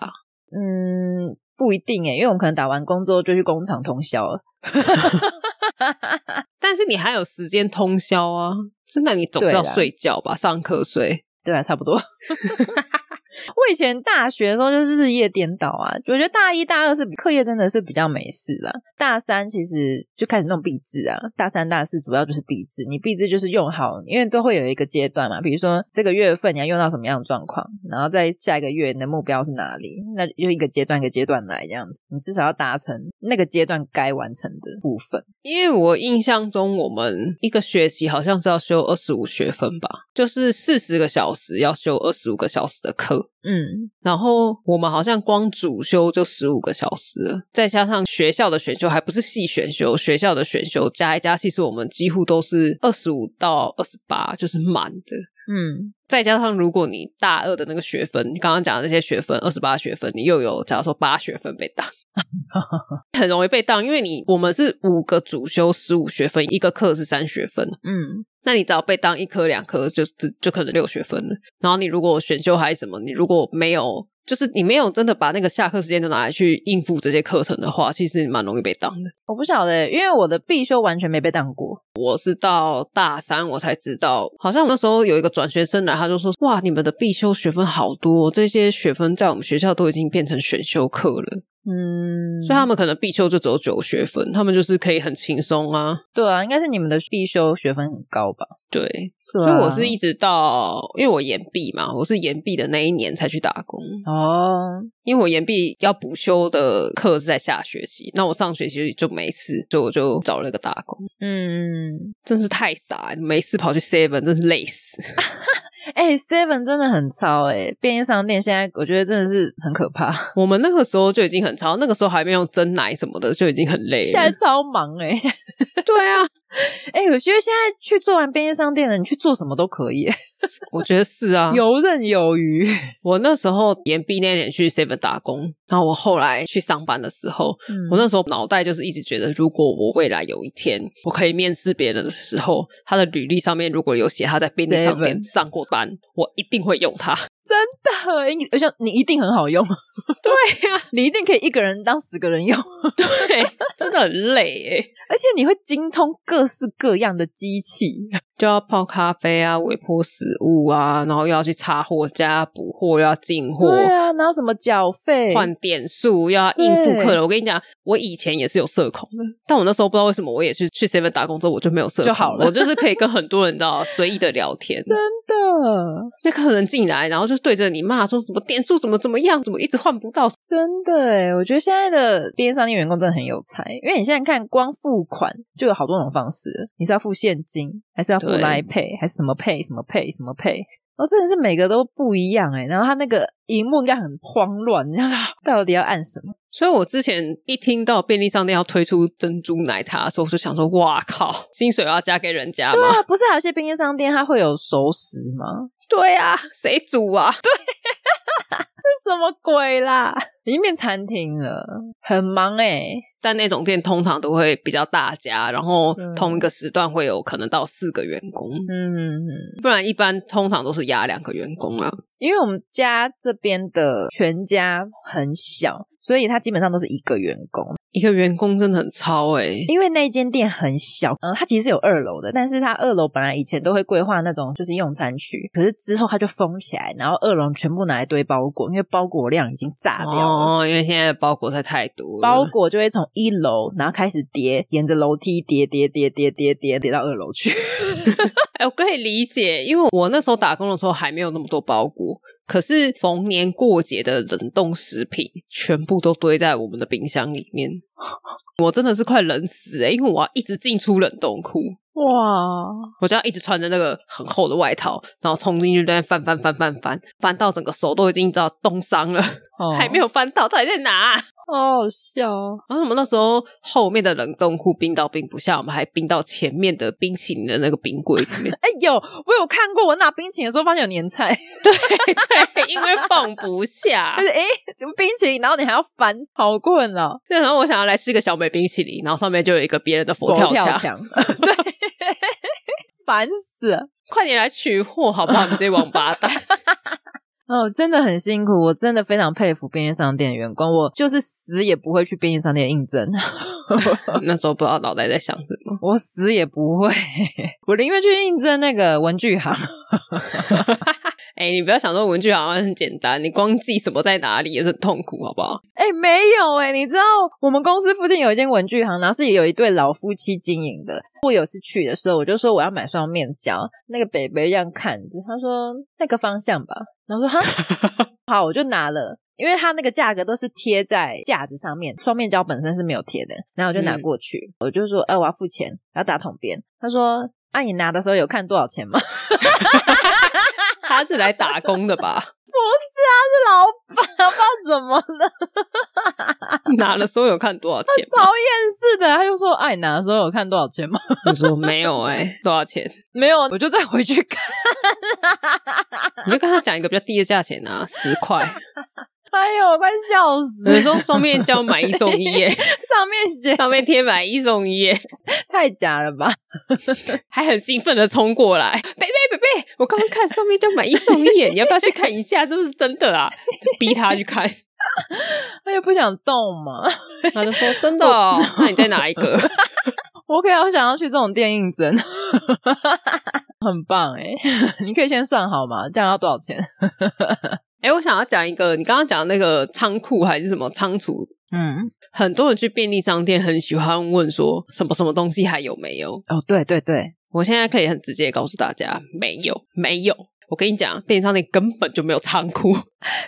B: 嗯，不一定诶、因为我们可能打完工之后就去工厂通宵了。
A: 但是你还有时间通宵啊，真的你总是要
B: 对啦
A: 睡觉吧，上课睡。
B: 对啊，差不多。 我以前大学的时候就是日夜颠倒啊，我觉得大一大二是课业真的是比较没事啦，大三其实就开始弄毕制啊，大三大四主要就是毕制，你毕制就是用好，因为都会有一个阶段嘛，比如说这个月份你要用到什么样的状况，然后在下一个月你的目标是哪里，那就一个阶段一个阶段来这样子，你至少要达成那个阶段该完成的部分。
A: 因为我印象中，我们一个学期好像是要修二十五学分吧，就是四十个小时要修二十五个小时的课，
B: 嗯，
A: 然后我们好像光主修就十五个小时了，再加上学校的选修，还不是系选修，学校的选修加一加，其实我们几乎都是二十五到二十八，就是满的。
B: 嗯，
A: 再加上如果你大二的那个学分，你刚刚讲的那些学分，二十八学分，你又有假如说八学分被当，很容易被当，因为你我们是五个主修十五学分，一个课是三学分，
B: 嗯，
A: 那你只要被当一科两科，就就就可能六学分了。然后你如果选修还是什么，你如果没有，就是你没有真的把那个下课时间就拿来去应付这些课程的话，其实你蛮容易被当的。
B: 我不晓得，因为我的必修完全没被当过。
A: 我是到大三我才知道，好像我那时候有一个转学生来，他就说：“哇，你们的必修学分好多哦，这些学分在我们学校都已经变成选修课了，
B: 嗯，
A: 所以他们可能必修就只有九学分，他们就是可以很轻松啊。”
B: 对啊，应该是你们的必修学分很高吧？
A: 啊对，
B: 对啊
A: 所以我是一直到，因为我延毕嘛，我是延毕的那一年才去打工。
B: 哦，
A: 因为我延毕要补修的课是在下学期，那我上学期就没事，所以我就找了一个打工。
B: 嗯，
A: 真是太傻了，没事跑去 Seven，真是累死。
B: 哎、s e v e n 真的很超哎、便利商店现在我觉得真的是很可怕，
A: 我们那个时候就已经很超，那个时候还没有蒸奶什么的，就已经很累
B: 现
A: 了
B: 在。超忙哎、欸，
A: 对啊，
B: 哎、我觉得现在去做完便利商店的，你去做什么都可以、
A: 我觉得是啊。
B: 游刃有余。嗯
A: 我那时候延毕那年去 Seven 打工，然后我后来去上班的时候，
B: 嗯
A: 我那时候脑袋就是一直觉得，如果我未来有一天我可以面试别人的时候，他的履历上面如果有写他在便利商店
B: Seven
A: 上过班，我一定会用他。
B: 真的，我想你一定很好用，
A: 对呀、
B: 你一定可以一个人当十个人用，
A: 对，真的很累耶，
B: 而且你会精通各式各样的机器。
A: 就要泡咖啡啊，微波食物啊，然后又要去查货架、补货，又要进货。
B: 对啊，然后什么缴费，
A: 换点数又要应付客人，我跟你讲，我以前也是有社恐的，但我那时候不知道为什么，我也是去 seven 打工之后我就没有社恐
B: 就好了
A: 我就是可以跟很多人你知道随意的聊天。
B: 真的，
A: 那客人进来，然后就对着你骂说什么点数怎么怎么样，怎么一直换不到，
B: 真的哎，我觉得现在的便利商店员工真的很有才，因为你现在看光付款就有好多种方式了，你是要付现金，还是要付
A: 对
B: Line Pay，还是什么 Pay 什么 Pay 什么 Pay。哦，真的是每个都不一样哎，然后他那个荧幕应该很慌乱，你知道吗 到底要按什么？
A: 所以我之前一听到便利商店要推出珍珠奶茶的时候，我就想说，哇靠，薪水要加给人家
B: 对
A: 吗？
B: 啊，不是还有一些便利商店它会有熟食吗？
A: 对啊，谁煮啊？
B: 这什么鬼啦？已经变餐厅了，很忙哎、
A: 但那种店通常都会比较大家，然后
B: 对
A: 同一个时段会有可能到四个员工，
B: 嗯，
A: 不然一般通常都是压两个员工啊。
B: 因为我们家这边的全家很小，所以它基本上都是一个员工。
A: 一个员工真的很超哎、
B: 因为那一间店很小，嗯，它其实是有二楼的，但是它二楼本来以前都会规划那种就是用餐区，可是之后它就封起来，然后二楼全部拿来堆包裹，因为包裹量已经炸掉了。
A: 哦，因为现在的包裹菜太多了，
B: 包裹就会从一楼，然后开始叠，沿着楼梯叠叠叠叠叠叠叠到二楼去。
A: 哎、我可以理解，因为我那时候打工的时候还没有那么多包裹，可是逢年过节的冷冻食品全部都堆在我们的冰箱里面， 我真的是快冷死哎、因为我要一直进出冷冻库，
B: 哇，
A: 我就要一直穿着那个很厚的外套，然后冲进去在那翻翻翻翻翻翻到整个手都已经知道冻伤了，还没
B: 有，
A: 有翻到，到底在哪啊、
B: 哦 好好笑哦。
A: 然后我们那时候后面的冷冻库冰到冰不下，我们还冰到前面的冰淇淋的那个冰柜里 面。
B: 哎、有，我有看过，我拿冰淇淋的时候发现有年菜，
A: 对，因为放不下
B: 但。是哎、怎么冰淇淋，然后你还要翻，好困哦扰。
A: 那时候我想要来吃个小美冰淇淋，然后上面就有一个别人的佛跳墙，
B: 墙， 对，烦死了。
A: 快点来取货好不好？你这些王八蛋！
B: 哦，真的很辛苦，我真的非常佩服便利商店的员工，我就是死也不会去便利商店应征，
A: 那时候不知道脑袋在想什么。
B: 我死也不会， 我宁愿去应征那个文具行。
A: 哎、你不要想说文具好像很简单，你光记什么在哪里也是很痛苦，好不好？
B: 哎、没有哎、你知道我们公司附近有一间文具行，然后是有一对老夫妻经营的。我有次去的时候，我就说我要买双面胶，那个北北这样看着，他说那个方向吧，然后我说哈，好，我就拿了。因为它那个价格都是贴在架子上面，双面胶本身是没有贴的，然后我就拿过去，我就说，哎、我要付钱，我要打桶边。他说，啊，你拿的时候有看多少钱吗？
A: 他是来打工的吧？
B: 是老板，不知道怎么了。
A: 拿了时候有看多少钱
B: 超厌世的，他就说：“哎、你拿的时候有看多少钱吗？”
A: 吗？我说没有、哎，多少钱？
B: 没有，我就再回去看。
A: 你就跟他讲一个比较低的价钱啊，十块。
B: 哎呦，我快笑 死
A: 你！说双面胶买一送一 耶、
B: 上面写
A: 上面贴买一送一耶、
B: 太假了吧？
A: 还很兴奋的冲过来，贝贝贝贝，我刚刚看上面叫买一送一 耶，你要不要去看一下？这不是真的啊？逼他去看，
B: 他又不想动嘛。
A: 他就说真的、哦，那你再拿一 个。
B: 我可以好想要去这种店应征， 很棒哎、 你可以先算好吗？这样要多少钱？
A: 哎、我想要讲一个，你刚刚讲那个仓库还是什么仓储，
B: 嗯，
A: 很多人去便利商店很喜欢问说什么什么东西还有没有？
B: 哦，对对对，
A: 我现在可以很直接地告诉大家，没有，没有。我跟你讲，便利商店根本就没有仓库。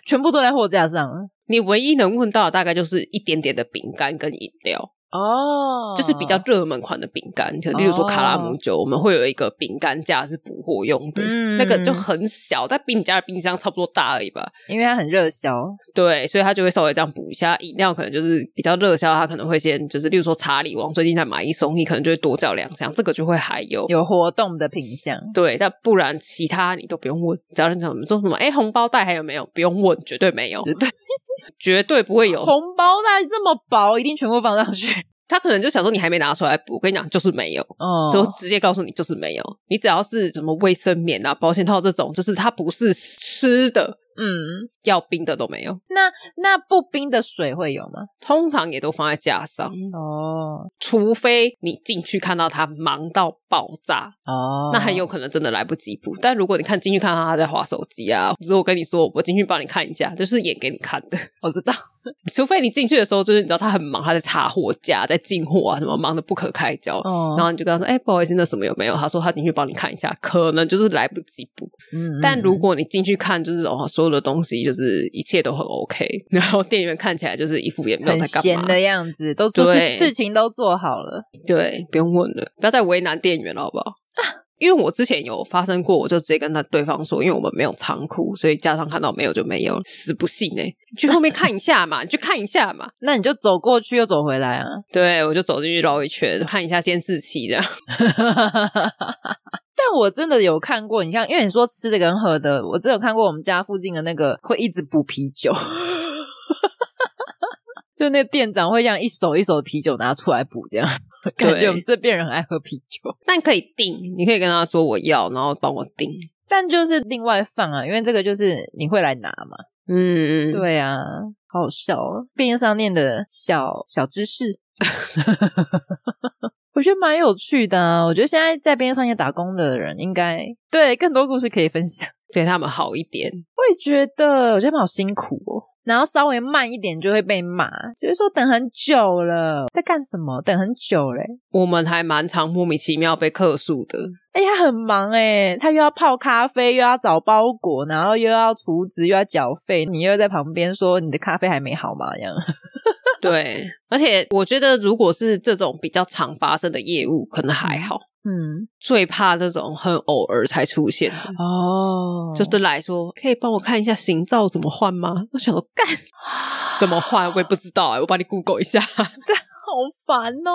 B: 全部都在货架上
A: 你唯一能问到的大概就是一点点的饼干跟饮料，
B: 哦
A: 就是比较热门款的饼干，就例如说卡拉姆酒，我们会有一个饼干架是补货用的，
B: 嗯
A: 那个就很小，但比你家的冰箱差不多大而已吧。
B: 因为它很热销，
A: 对，所以他就会稍微这样补一下。饮料可能就是比较热销，他可能会先就是，例如说查理王最近在买一送一，可能就会多叫两箱，这个就会还有。
B: 有活动的品相。
A: 对，但不然其他你都不用问，只要你讲说什么，哎，红包袋还有没有？不用问，绝对没有。
B: 绝对
A: 绝对不会有。
B: 红包袋这么薄，一定全部放上去。
A: 他可能就想说你还没拿出来补，我跟你讲就是没有，
B: 哦
A: 就直接告诉你就是没有。你只要是什么卫生棉啊、保险套这种，就是它不是吃的，
B: 嗯，
A: 要冰的都没有。
B: 那那不冰的水会有吗？
A: 通常也都放在架上，
B: 哦
A: 除非你进去看到他忙到爆炸，
B: 哦
A: 那很有可能真的来不及补。但如果你看进去看到他在划手机啊，如果跟你说我进去帮你看一下，就是演给你看的。
B: 我知道，
A: 除非你进去的时候，就是你知道他很忙，他在查货架、在进货啊，什么忙得不可开交。
B: 哦
A: 然后你就跟他说：“哎、不好意思，那什么有没有？”他说：“他进去帮你看一下，可能就是来不及补。
B: 嗯
A: 但如果你进去看，就是哦，所有的东西就是一切都很 OK，然后店员看起来就是一副也没有
B: 很
A: 在干
B: 闲
A: 嘛
B: 的样子，都说是
A: 对
B: 事情都做好了，
A: 对，不用问了，不要再为难店员了，好不好？
B: 啊
A: 因为我之前有发生过，我就直接跟他对方说，因为我们没有仓库，所以加上看到没有就没有，死不信哎、你去后面看一下嘛， 你去看一下嘛。
B: 那你就走过去又走回来啊。
A: 对，我就走进去绕一圈，看一下监视器这样。
B: 但我真的有看过，你像因为你说吃的跟喝的，我真的有看过我们家附近的那个会一直补啤酒， 就那个店长会这样一手一手的啤酒拿出来补，这样感觉我们这边人很爱喝啤酒。
A: 但可以订，你可以跟他说我要，然后帮我订。
B: 但就是另外放啊，因为这个就是你会来拿嘛。
A: 嗯，嗯，
B: 对啊，好好笑哦！便利商店的小小知识， 我觉得蛮有趣的、啊。我觉得现在在便利商店打工的人，应该对更多故事可以分享。
A: 对他们好一点。
B: 我也觉得，我觉得他们好辛苦哦。然后稍微慢一点就会被骂，就是说等很久了，在干什么？等很久嘞、
A: 我们还蛮常莫名其妙被客诉的，
B: 哎、他很忙哎、他又要泡咖啡，又要找包裹，然后又要厨子，又要缴费，你又在旁边说你的咖啡还没好吗？这样。
A: 对。 而且我觉得，如果是这种比较常发生的业务，可能还好。
B: 嗯，
A: 最怕这种很偶尔才出现的，
B: 哦
A: 就对来说，可以帮我看一下行照怎么换吗？我想说干怎么换，我也不知道哎、我帮你 Google 一下。
B: 好烦哦！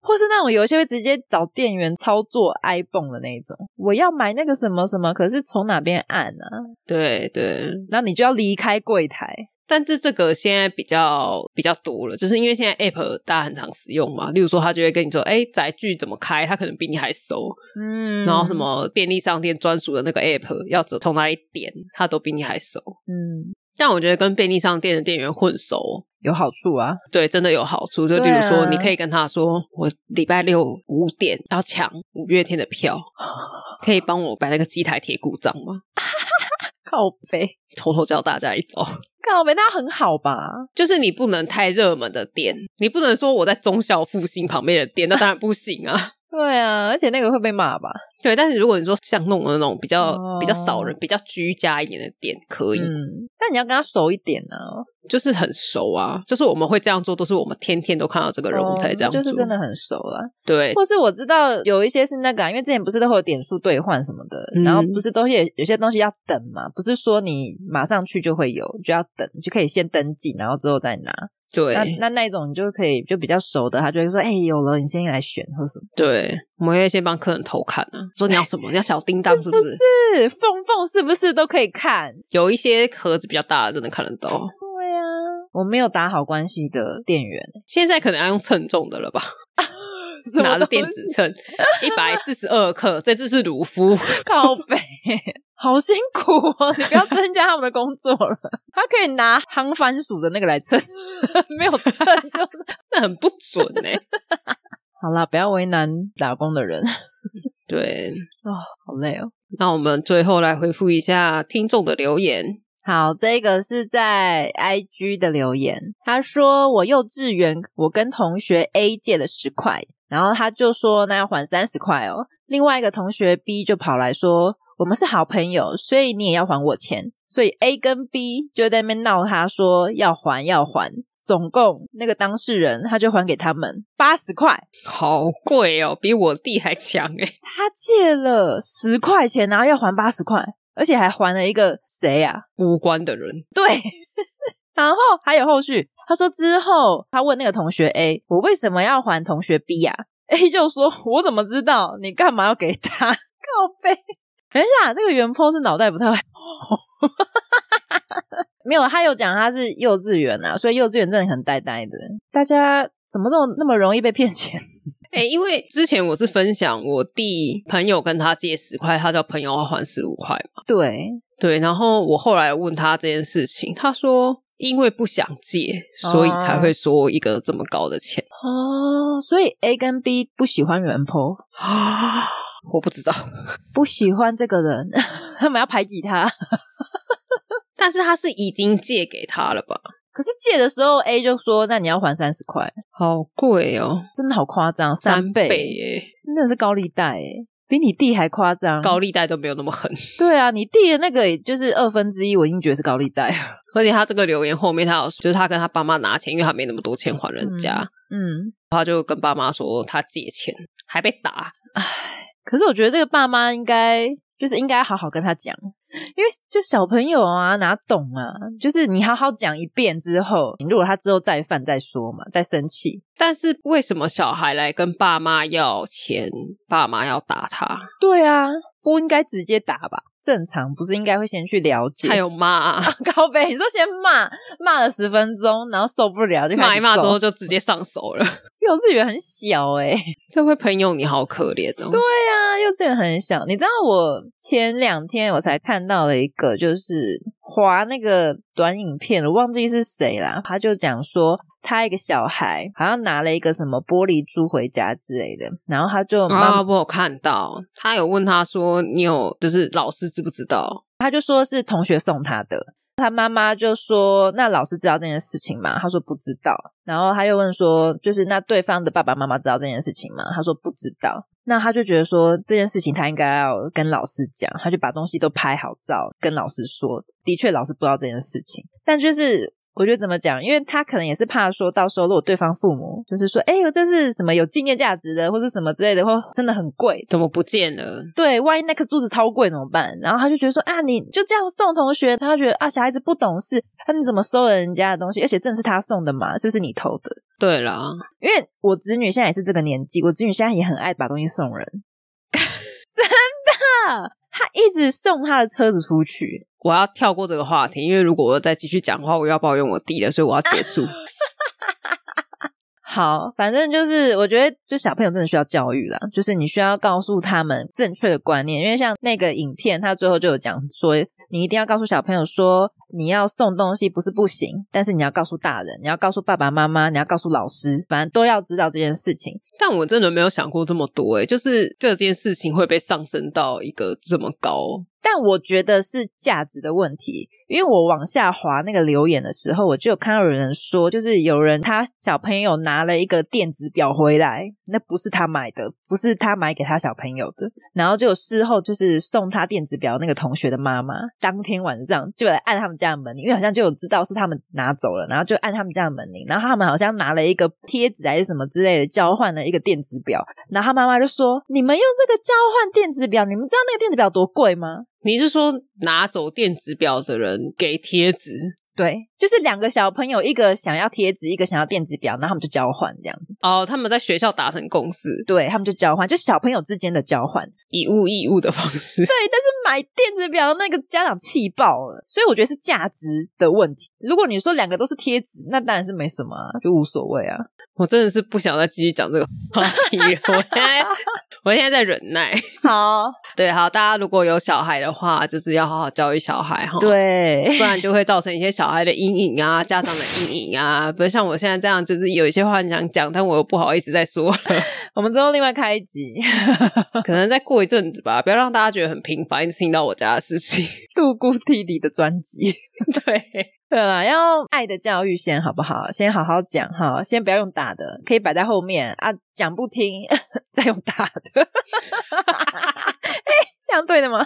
B: 或是那种有一些会直接找店员操作 iPhone 的那一种，我要买那个什么什么，可是从哪边按啊？
A: 对对，
B: 然后你就要离开柜台。
A: 但是这个现在比较比较多了，就是因为现在 App 大家很常使用嘛，例如说他就会跟你说，哎、载具怎么开，他可能比你还熟，
B: 嗯
A: 然后什？么便利商店专属的那个 App 要走从哪里点，他都比你还熟。
B: 嗯，
A: 但我觉得跟便利商店的店员混熟，
B: 有好处啊。
A: 对，真的有好处。就例
B: 对
A: 如说，
B: 啊
A: 你可以跟他说，我礼拜六五点要抢五月天的票， 可以帮我把那个机台铁鼓掌吗？
B: 靠背，
A: 偷偷教大家一招，
B: 靠背，那很好吧？
A: 就是你不能太热门的店，你不能说我在忠孝复兴旁边的店，那当然不行啊。
B: 对啊，而且那个会被骂吧？
A: 对，但是如果你说像那种那种比较、
B: 哦
A: 比较少人、比较居家一点的店，可以，
B: 嗯，但你要跟他熟一点啊呢、
A: 就是很熟啊，就是我们会这样做，都是我们天天都看到这个人，我们才这样
B: 哦就
A: 做，
B: 是真的很熟啦。
A: 对
B: 或是我知道有一些是那个、啊，因为之前不是都会有点数兑换什么的，
A: 嗯
B: 然后不是都有有些东西要等嘛，不是说你马上去就会有，就要等，你就可以先登记，然后之后再拿。
A: 对。
B: 那那那一种你就可以就比较熟的，他就会说，哎、有了，你先来选或什么。
A: 对，我们会先帮客人偷看啊，说你要什么，你要小叮当是不
B: 不
A: 是？
B: 是？凤凤是不是都可以看？
A: 有一些盒子比较大的，真的看得到。
B: 对呀、我没有打好关系的 店员，
A: 现在可能要用称重的了吧？拿着电子秤，一百四十二克，这只是鲁夫。
B: 靠背， 好辛苦哦！你不要增加他们的工作了。 他可以拿夯番薯的那个来称，没有称就。
A: 那很不准哎、
B: 好啦，不要为难打工的人，
A: 对，
B: 好累哦。
A: 那我们最后来回复一下听众的留言。
B: 好，这个是在 I G 的留言，他说我幼稚园我跟同学 A 借了十块，然后他就说那要还三十块哦。另外一个同学 B 就跑来说我们是好朋友，所以你也要还我钱。所以 A 跟 B 就在那边闹，他说要还要还，总共那个当事人他就还给他们八十块，
A: 好贵哦，比我弟还强哎、
B: 他借了十块钱，然后要还八十块，而且还还了一个谁啊呀、
A: 无关的人，
B: 对， 然后还有后续，他说之后他问那个同学 A，我为什么要还同学 B 呀、a 就说我怎么知道？你干嘛要给他？ 靠背。等一下，这个原坡是脑袋不太好。 没有，他有讲他是幼稚园啊，所以幼稚园真的很呆呆的。大家怎么那么那么容易被骗钱？
A: 哎、因为之前我是分享我弟朋友跟他借十块，他叫朋友要还十五块嘛。
B: 对，
A: 对，然后我后来问他这件事情，他说因为不想借，所以才会说一个这么高的钱
B: 哦，所以 A 跟 B 不喜欢原 po，
A: 啊。 我不知道，
B: 不喜欢这个人， 他们要排挤他。
A: 但是他是已经借给他了吧？
B: 可是借的时候，A 就说：“那你要还三十块。
A: 好贵哦”，
B: 真的好夸张，三
A: 倍
B: 倍，
A: 耶！
B: 真的是高利贷诶，比你弟还夸张。
A: 高利贷都没有那么狠，
B: 对啊，你弟的那个也就是二分之一，我已经觉得是高利贷了。
A: 而且他这个留言后面他有，就是他跟他爸妈拿钱，因为他没那么多钱还人家，
B: 嗯，
A: 他就跟爸妈说他借钱，还被打。
B: 可是我觉得这个爸妈应该就是应该好好跟他讲，因为就小朋友啊，哪懂啊？就是你好好讲一遍之后，如果他之后再犯再说嘛，再生气。
A: 但是为什么小孩来跟爸妈要钱，爸妈要打他？
B: 对啊，不应该直接打吧？正常不是应该会先去了解？
A: 还有骂、
B: 高飞，你说先骂骂了十分钟，然后受不了就开始
A: 骂一骂之
B: 揍
A: 后，就直接上手了。
B: 幼稚园很小哎、
A: 这位朋友你好可怜哦。对，
B: 对啊，幼稚园很小。你知道我前两天我才看到了一个，就是划那个短影片，我忘记是谁啦，他就讲说。他一个小孩好像拿了一个什么玻璃珠回家之类的，然后他就妈
A: 啊，我有看到，他有问他说你有，就是老师知不知道？
B: 他就说是同学送他的。他妈妈就说：“那老师知道这件事情吗？”他说：“不知道。”然后他又问说：“就是那对方的爸爸妈妈知道这件事情吗？”他说：“不知道。”那他就觉得说这件事情他应该要跟老师讲，他就把东西都拍好照跟老师说。的确，老师不知道这件事情，但就是我觉得怎么讲，因为他可能也是怕说到时候如果对方父母就是说：“哎呦，这是什么有纪念价值的，或是什么之类的，或真的很贵
A: 怎么不见了？
B: 对，万一那颗珠子超贵怎么办？然后他就觉得说啊，你就这样送同学，他就觉得啊，小孩子不懂事，那、你怎么收了人家的东西？而且正是他送的嘛，是不是你偷的？
A: 对啦，
B: 因为我侄女现在也是这个年纪，我侄女现在也很爱把东西送人， 真的，她一直送她的车子出去。
A: 我要跳过这个话题，因为如果我再继续讲的话，我又要抱怨我弟了，所以我要结 束。
B: 好，反正就是我觉得，就小朋友真的需要教育啦，就是你需要告诉他们正确的观念，因为像那个影片，他最后就有讲说，你一定要告诉小朋友说，你要送东西不是不行，但是你要告诉大人，你要告诉爸爸妈妈，你要告诉老师，反正都要知道这件事情。
A: 但我真的没有想过这么多、欸，诶就是这件事情会被上升到一个这么高。
B: 但我觉得是价值的问题，因为我往下滑那个留言的时候，我就有看到有人说，就是有人他小朋友拿了一个电子表回来，那不是他买的，不是他买给他小朋友的，然后就事后就是送他电子表那个同学的妈妈，当天晚上就来按他们家的门铃，因为好像就有知道是他们拿走了，然后就按他们家的门铃，然后他们好像拿了一个贴纸还是什么之类的，交换了一个电子表，然后他妈妈就说：“你们用这个交换电子表，你们知道那个电子表多贵吗？”
A: 你是说拿走电子表的人给贴纸？
B: 对，就是两个小朋友，一个想要贴纸，一个想要电子表，然后他们就交换这样子。
A: 哦，他们在学校达成共识，
B: 对他们就交换，就小朋友之间的交换。对，
A: 以物易物的方式。
B: 但是买电子表的那个家长气爆了，所以我觉得是价值的问题。如果你说两个都是贴纸，那当然是没什么、啊，就无所谓啊。
A: 我真的是不想再继续讲这个话题了，我现在我现在在忍耐。
B: 好，
A: 对，好，大家如果有小孩的话，就是要好好教育小孩哈。。
B: 对
A: 不，然就会造成一些小孩的阴影啊，家长的阴影啊。不是像我现在这样，就是有一些话很想讲，但我又不好意思再说了。
B: 我们之后另外开一集，
A: 可能再过一阵子吧，不要让大家觉得很频繁一直听到我家的事情。
B: 杜姑弟弟的专辑。
A: 对，
B: 对了，要爱的教育先好不好？先好好讲哈，先不要用打的，可以摆在后面啊。讲不听， 再用打的。哎、这样对的吗？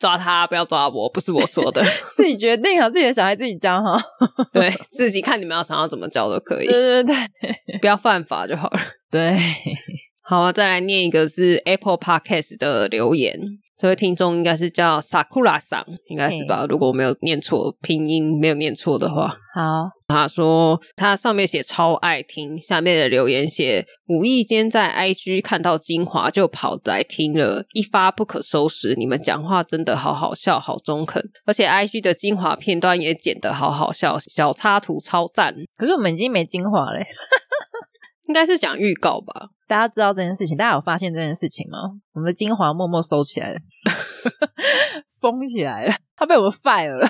A: 抓他，不要抓我，不是我说 的。
B: 自己决定好，自己的小孩自己教哈。
A: 对自己看你们要想要怎么教都可以
B: 对，对对
A: 不要犯法就好了。
B: 对，
A: 好啊，再来念一个是 Apple Podcast 的留言，这位听众应该是叫 Sakura 桑，应该是吧？如果我没有念错拼音，没有念错的话，
B: 好，
A: 他说他上面写超爱听，下面的留言写无意间在 IG 看到精华就跑来听了，一发不可收拾。你们讲话真的好好笑，好中肯，而且 IG 的精华片段也剪得好好笑，小插图超赞，
B: 可是我们已经没精华嘞。
A: 应该是讲预告吧？
B: 大家知道这件事情，大家有发现这件事情吗？我们的精华默默收起来了， 封起来了，它被我们 fire 了。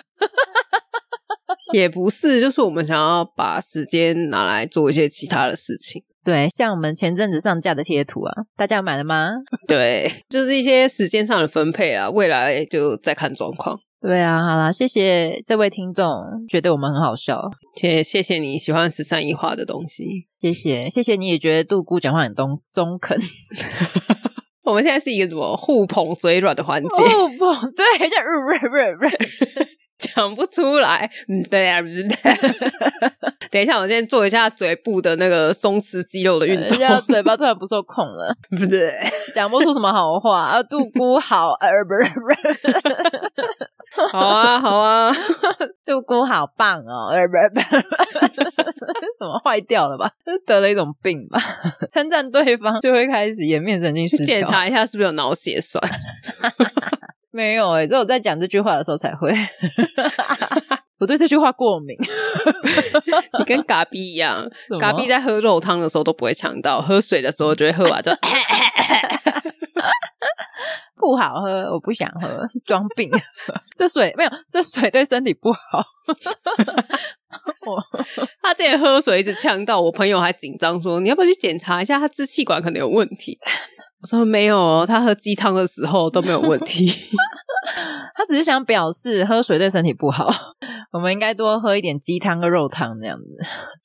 A: 也不是，就是我们想要把时间拿来做一些其他的事情。
B: 对，像我们前阵子上架的贴图啊，大家有买了吗？
A: 对，就是一些时间上的分配啊，未来就再看状况。
B: 对啊，好啦，谢谢这位听众，觉得我们很好笑，
A: 谢谢谢你喜欢十三一画的东西。
B: 谢谢，谢谢你也觉得杜姑讲话很中中 肯，
A: 我们现在是一个什么互捧嘴软的环节，
B: 哦不， 对，叫瑞瑞瑞瑞，
A: 讲不出来。嗯，对啊，嗯对啊 等一下，我先做一下嘴部的那个松弛肌肉的运动。
B: 让嘴巴突然不受控了，
A: 不对，
B: 讲不出什么好话啊，杜姑好，呃，不是不是，
A: 好啊，好啊，
B: 杜姑好棒哦，呃，不是不 是，怎么坏掉了吧？得了一种病吧？称赞对方就会开始颜面神经失
A: 去检
B: 调。
A: 查一下是不是有脑血 栓。
B: 没有哎、只有在讲这句话的时候才 会。我对这句话过 敏。
A: 你跟嘎逼一样
B: 什么，
A: 嘎逼在喝肉汤的时候都不会呛到，喝水的时候就会喝完 就
B: 不好喝，我不想喝， 装病。这水没有，这水对身体不好。我
A: 他之前喝水一直呛到，我朋友还紧张说：“你要不要去检查一下，他支气管可能有问题？”我说：“没有哦，他喝鸡汤的时候都没有问 题。
B: 他只是想表示喝水对身体不好， 我们应该多喝一点鸡汤跟肉汤这样子。”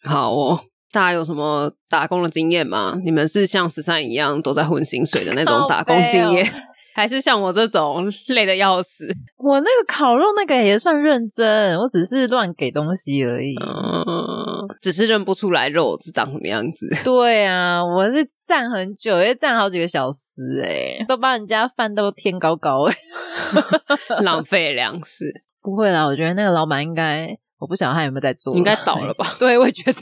A: 好哦，大家有什么打工的经验吗？你们是像十三一样都在混薪水的那种打工
B: 哦
A: 经验， 还是像我这种累得要死？
B: 我那个烤肉那个也算认真，我只是乱给东西而已。
A: 嗯，只是认不出来肉是长什么样 子。
B: 对啊，我是站很久，也站好几个小时哎、都把人家饭都添高高哎、
A: 浪费粮食，
B: 不会啦，我觉得那个老板应该，我不晓得他有没有在做，
A: 应该倒了吧？
B: 对，我也觉得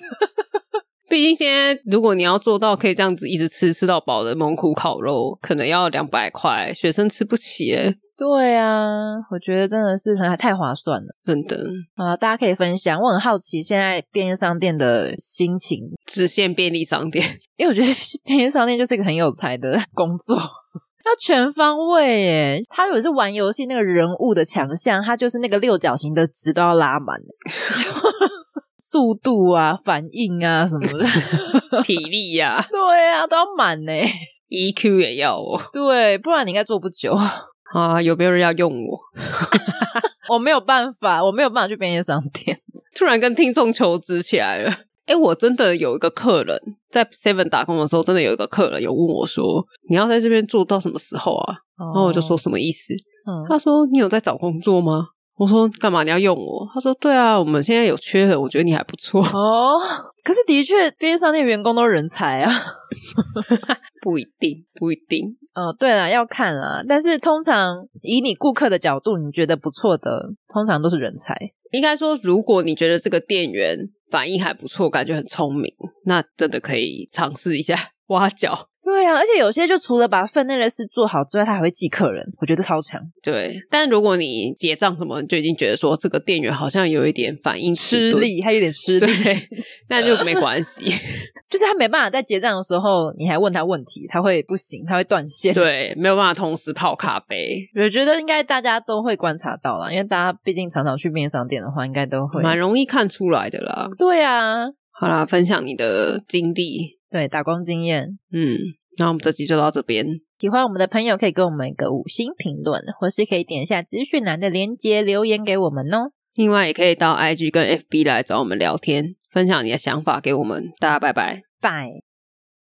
A: 毕竟现在，如果你要做到可以这样子一直吃吃到饱的蒙古烤肉，可能要两百块，学生吃不起耶，
B: 对啊，我觉得真的是很太划算了
A: 真的。
B: 啊、大家可以分享，我很好奇现在便利商店的心情，
A: 只限便利商店，
B: 因为我觉得 便利商店就是一个很有才的工作。要全方位耶！他有一次玩游戏，那个人物的强项，他就是那个六角形的值都要拉 满，就速度啊、反应啊什么的，
A: 体力呀、
B: 对啊，都要满呢。
A: e q 也要哦。
B: 对，不然你应该做不久。
A: 啊，有没有人要用我？
B: 我没有办法，我没有办法去便利商店。
A: 突然跟听众求职起来了。哎，我真的有一个客人在 Seven 打工的时候，真的有一个客人有问我说：“你要在这边做到什么时候啊？”
B: 然
A: 然后我就
B: 哦
A: 说，什么意思？
B: 嗯
A: 他说：“你有在找工作吗？”我说：“干嘛你要用我？”他说：“对啊，我们现在有缺人，我觉得你还不错。”
B: 哦，可是的确，便利商店员工都是人才啊。
A: 不一定，不一定。
B: 哦，对了，要看啊，但是通常以你顾客的角度，你觉得不错的，通常都是人才。
A: 应该说，如果你觉得这个店员反应还不错，感觉很聪明，那真的可以尝试一下挖角。
B: 对啊，而且有些就除了把分内的事做好之外，他还会记客人，我觉得超强，
A: 对，但如果你结账什么，你就已经觉得说这个店员好像有一点反应
B: 吃
A: 迟钝，
B: 力，还有点吃力
A: 对，，那就没关 系。
B: 就是他没办法在结账的时候，你还问他问题，他会不行，他会断线。，
A: 对，没有办法同时泡咖啡，
B: 我觉得应该大家都会观察到啦，因为大家毕竟常常去面商店的话，应该都会。
A: 蛮容易看出来的啦。
B: 对啊，
A: 好啦，分享你的经历，
B: 对，打工经验。
A: 嗯，那我们这集就到这边。
B: 喜欢我们的朋友可以给我们一个五星评论，或是可以点一下资讯栏的链接留言给我们哦。
A: 另外，也可以到 IG 跟 FB 来找我们聊天，分享你的想法给我们。大家拜拜。
B: 拜。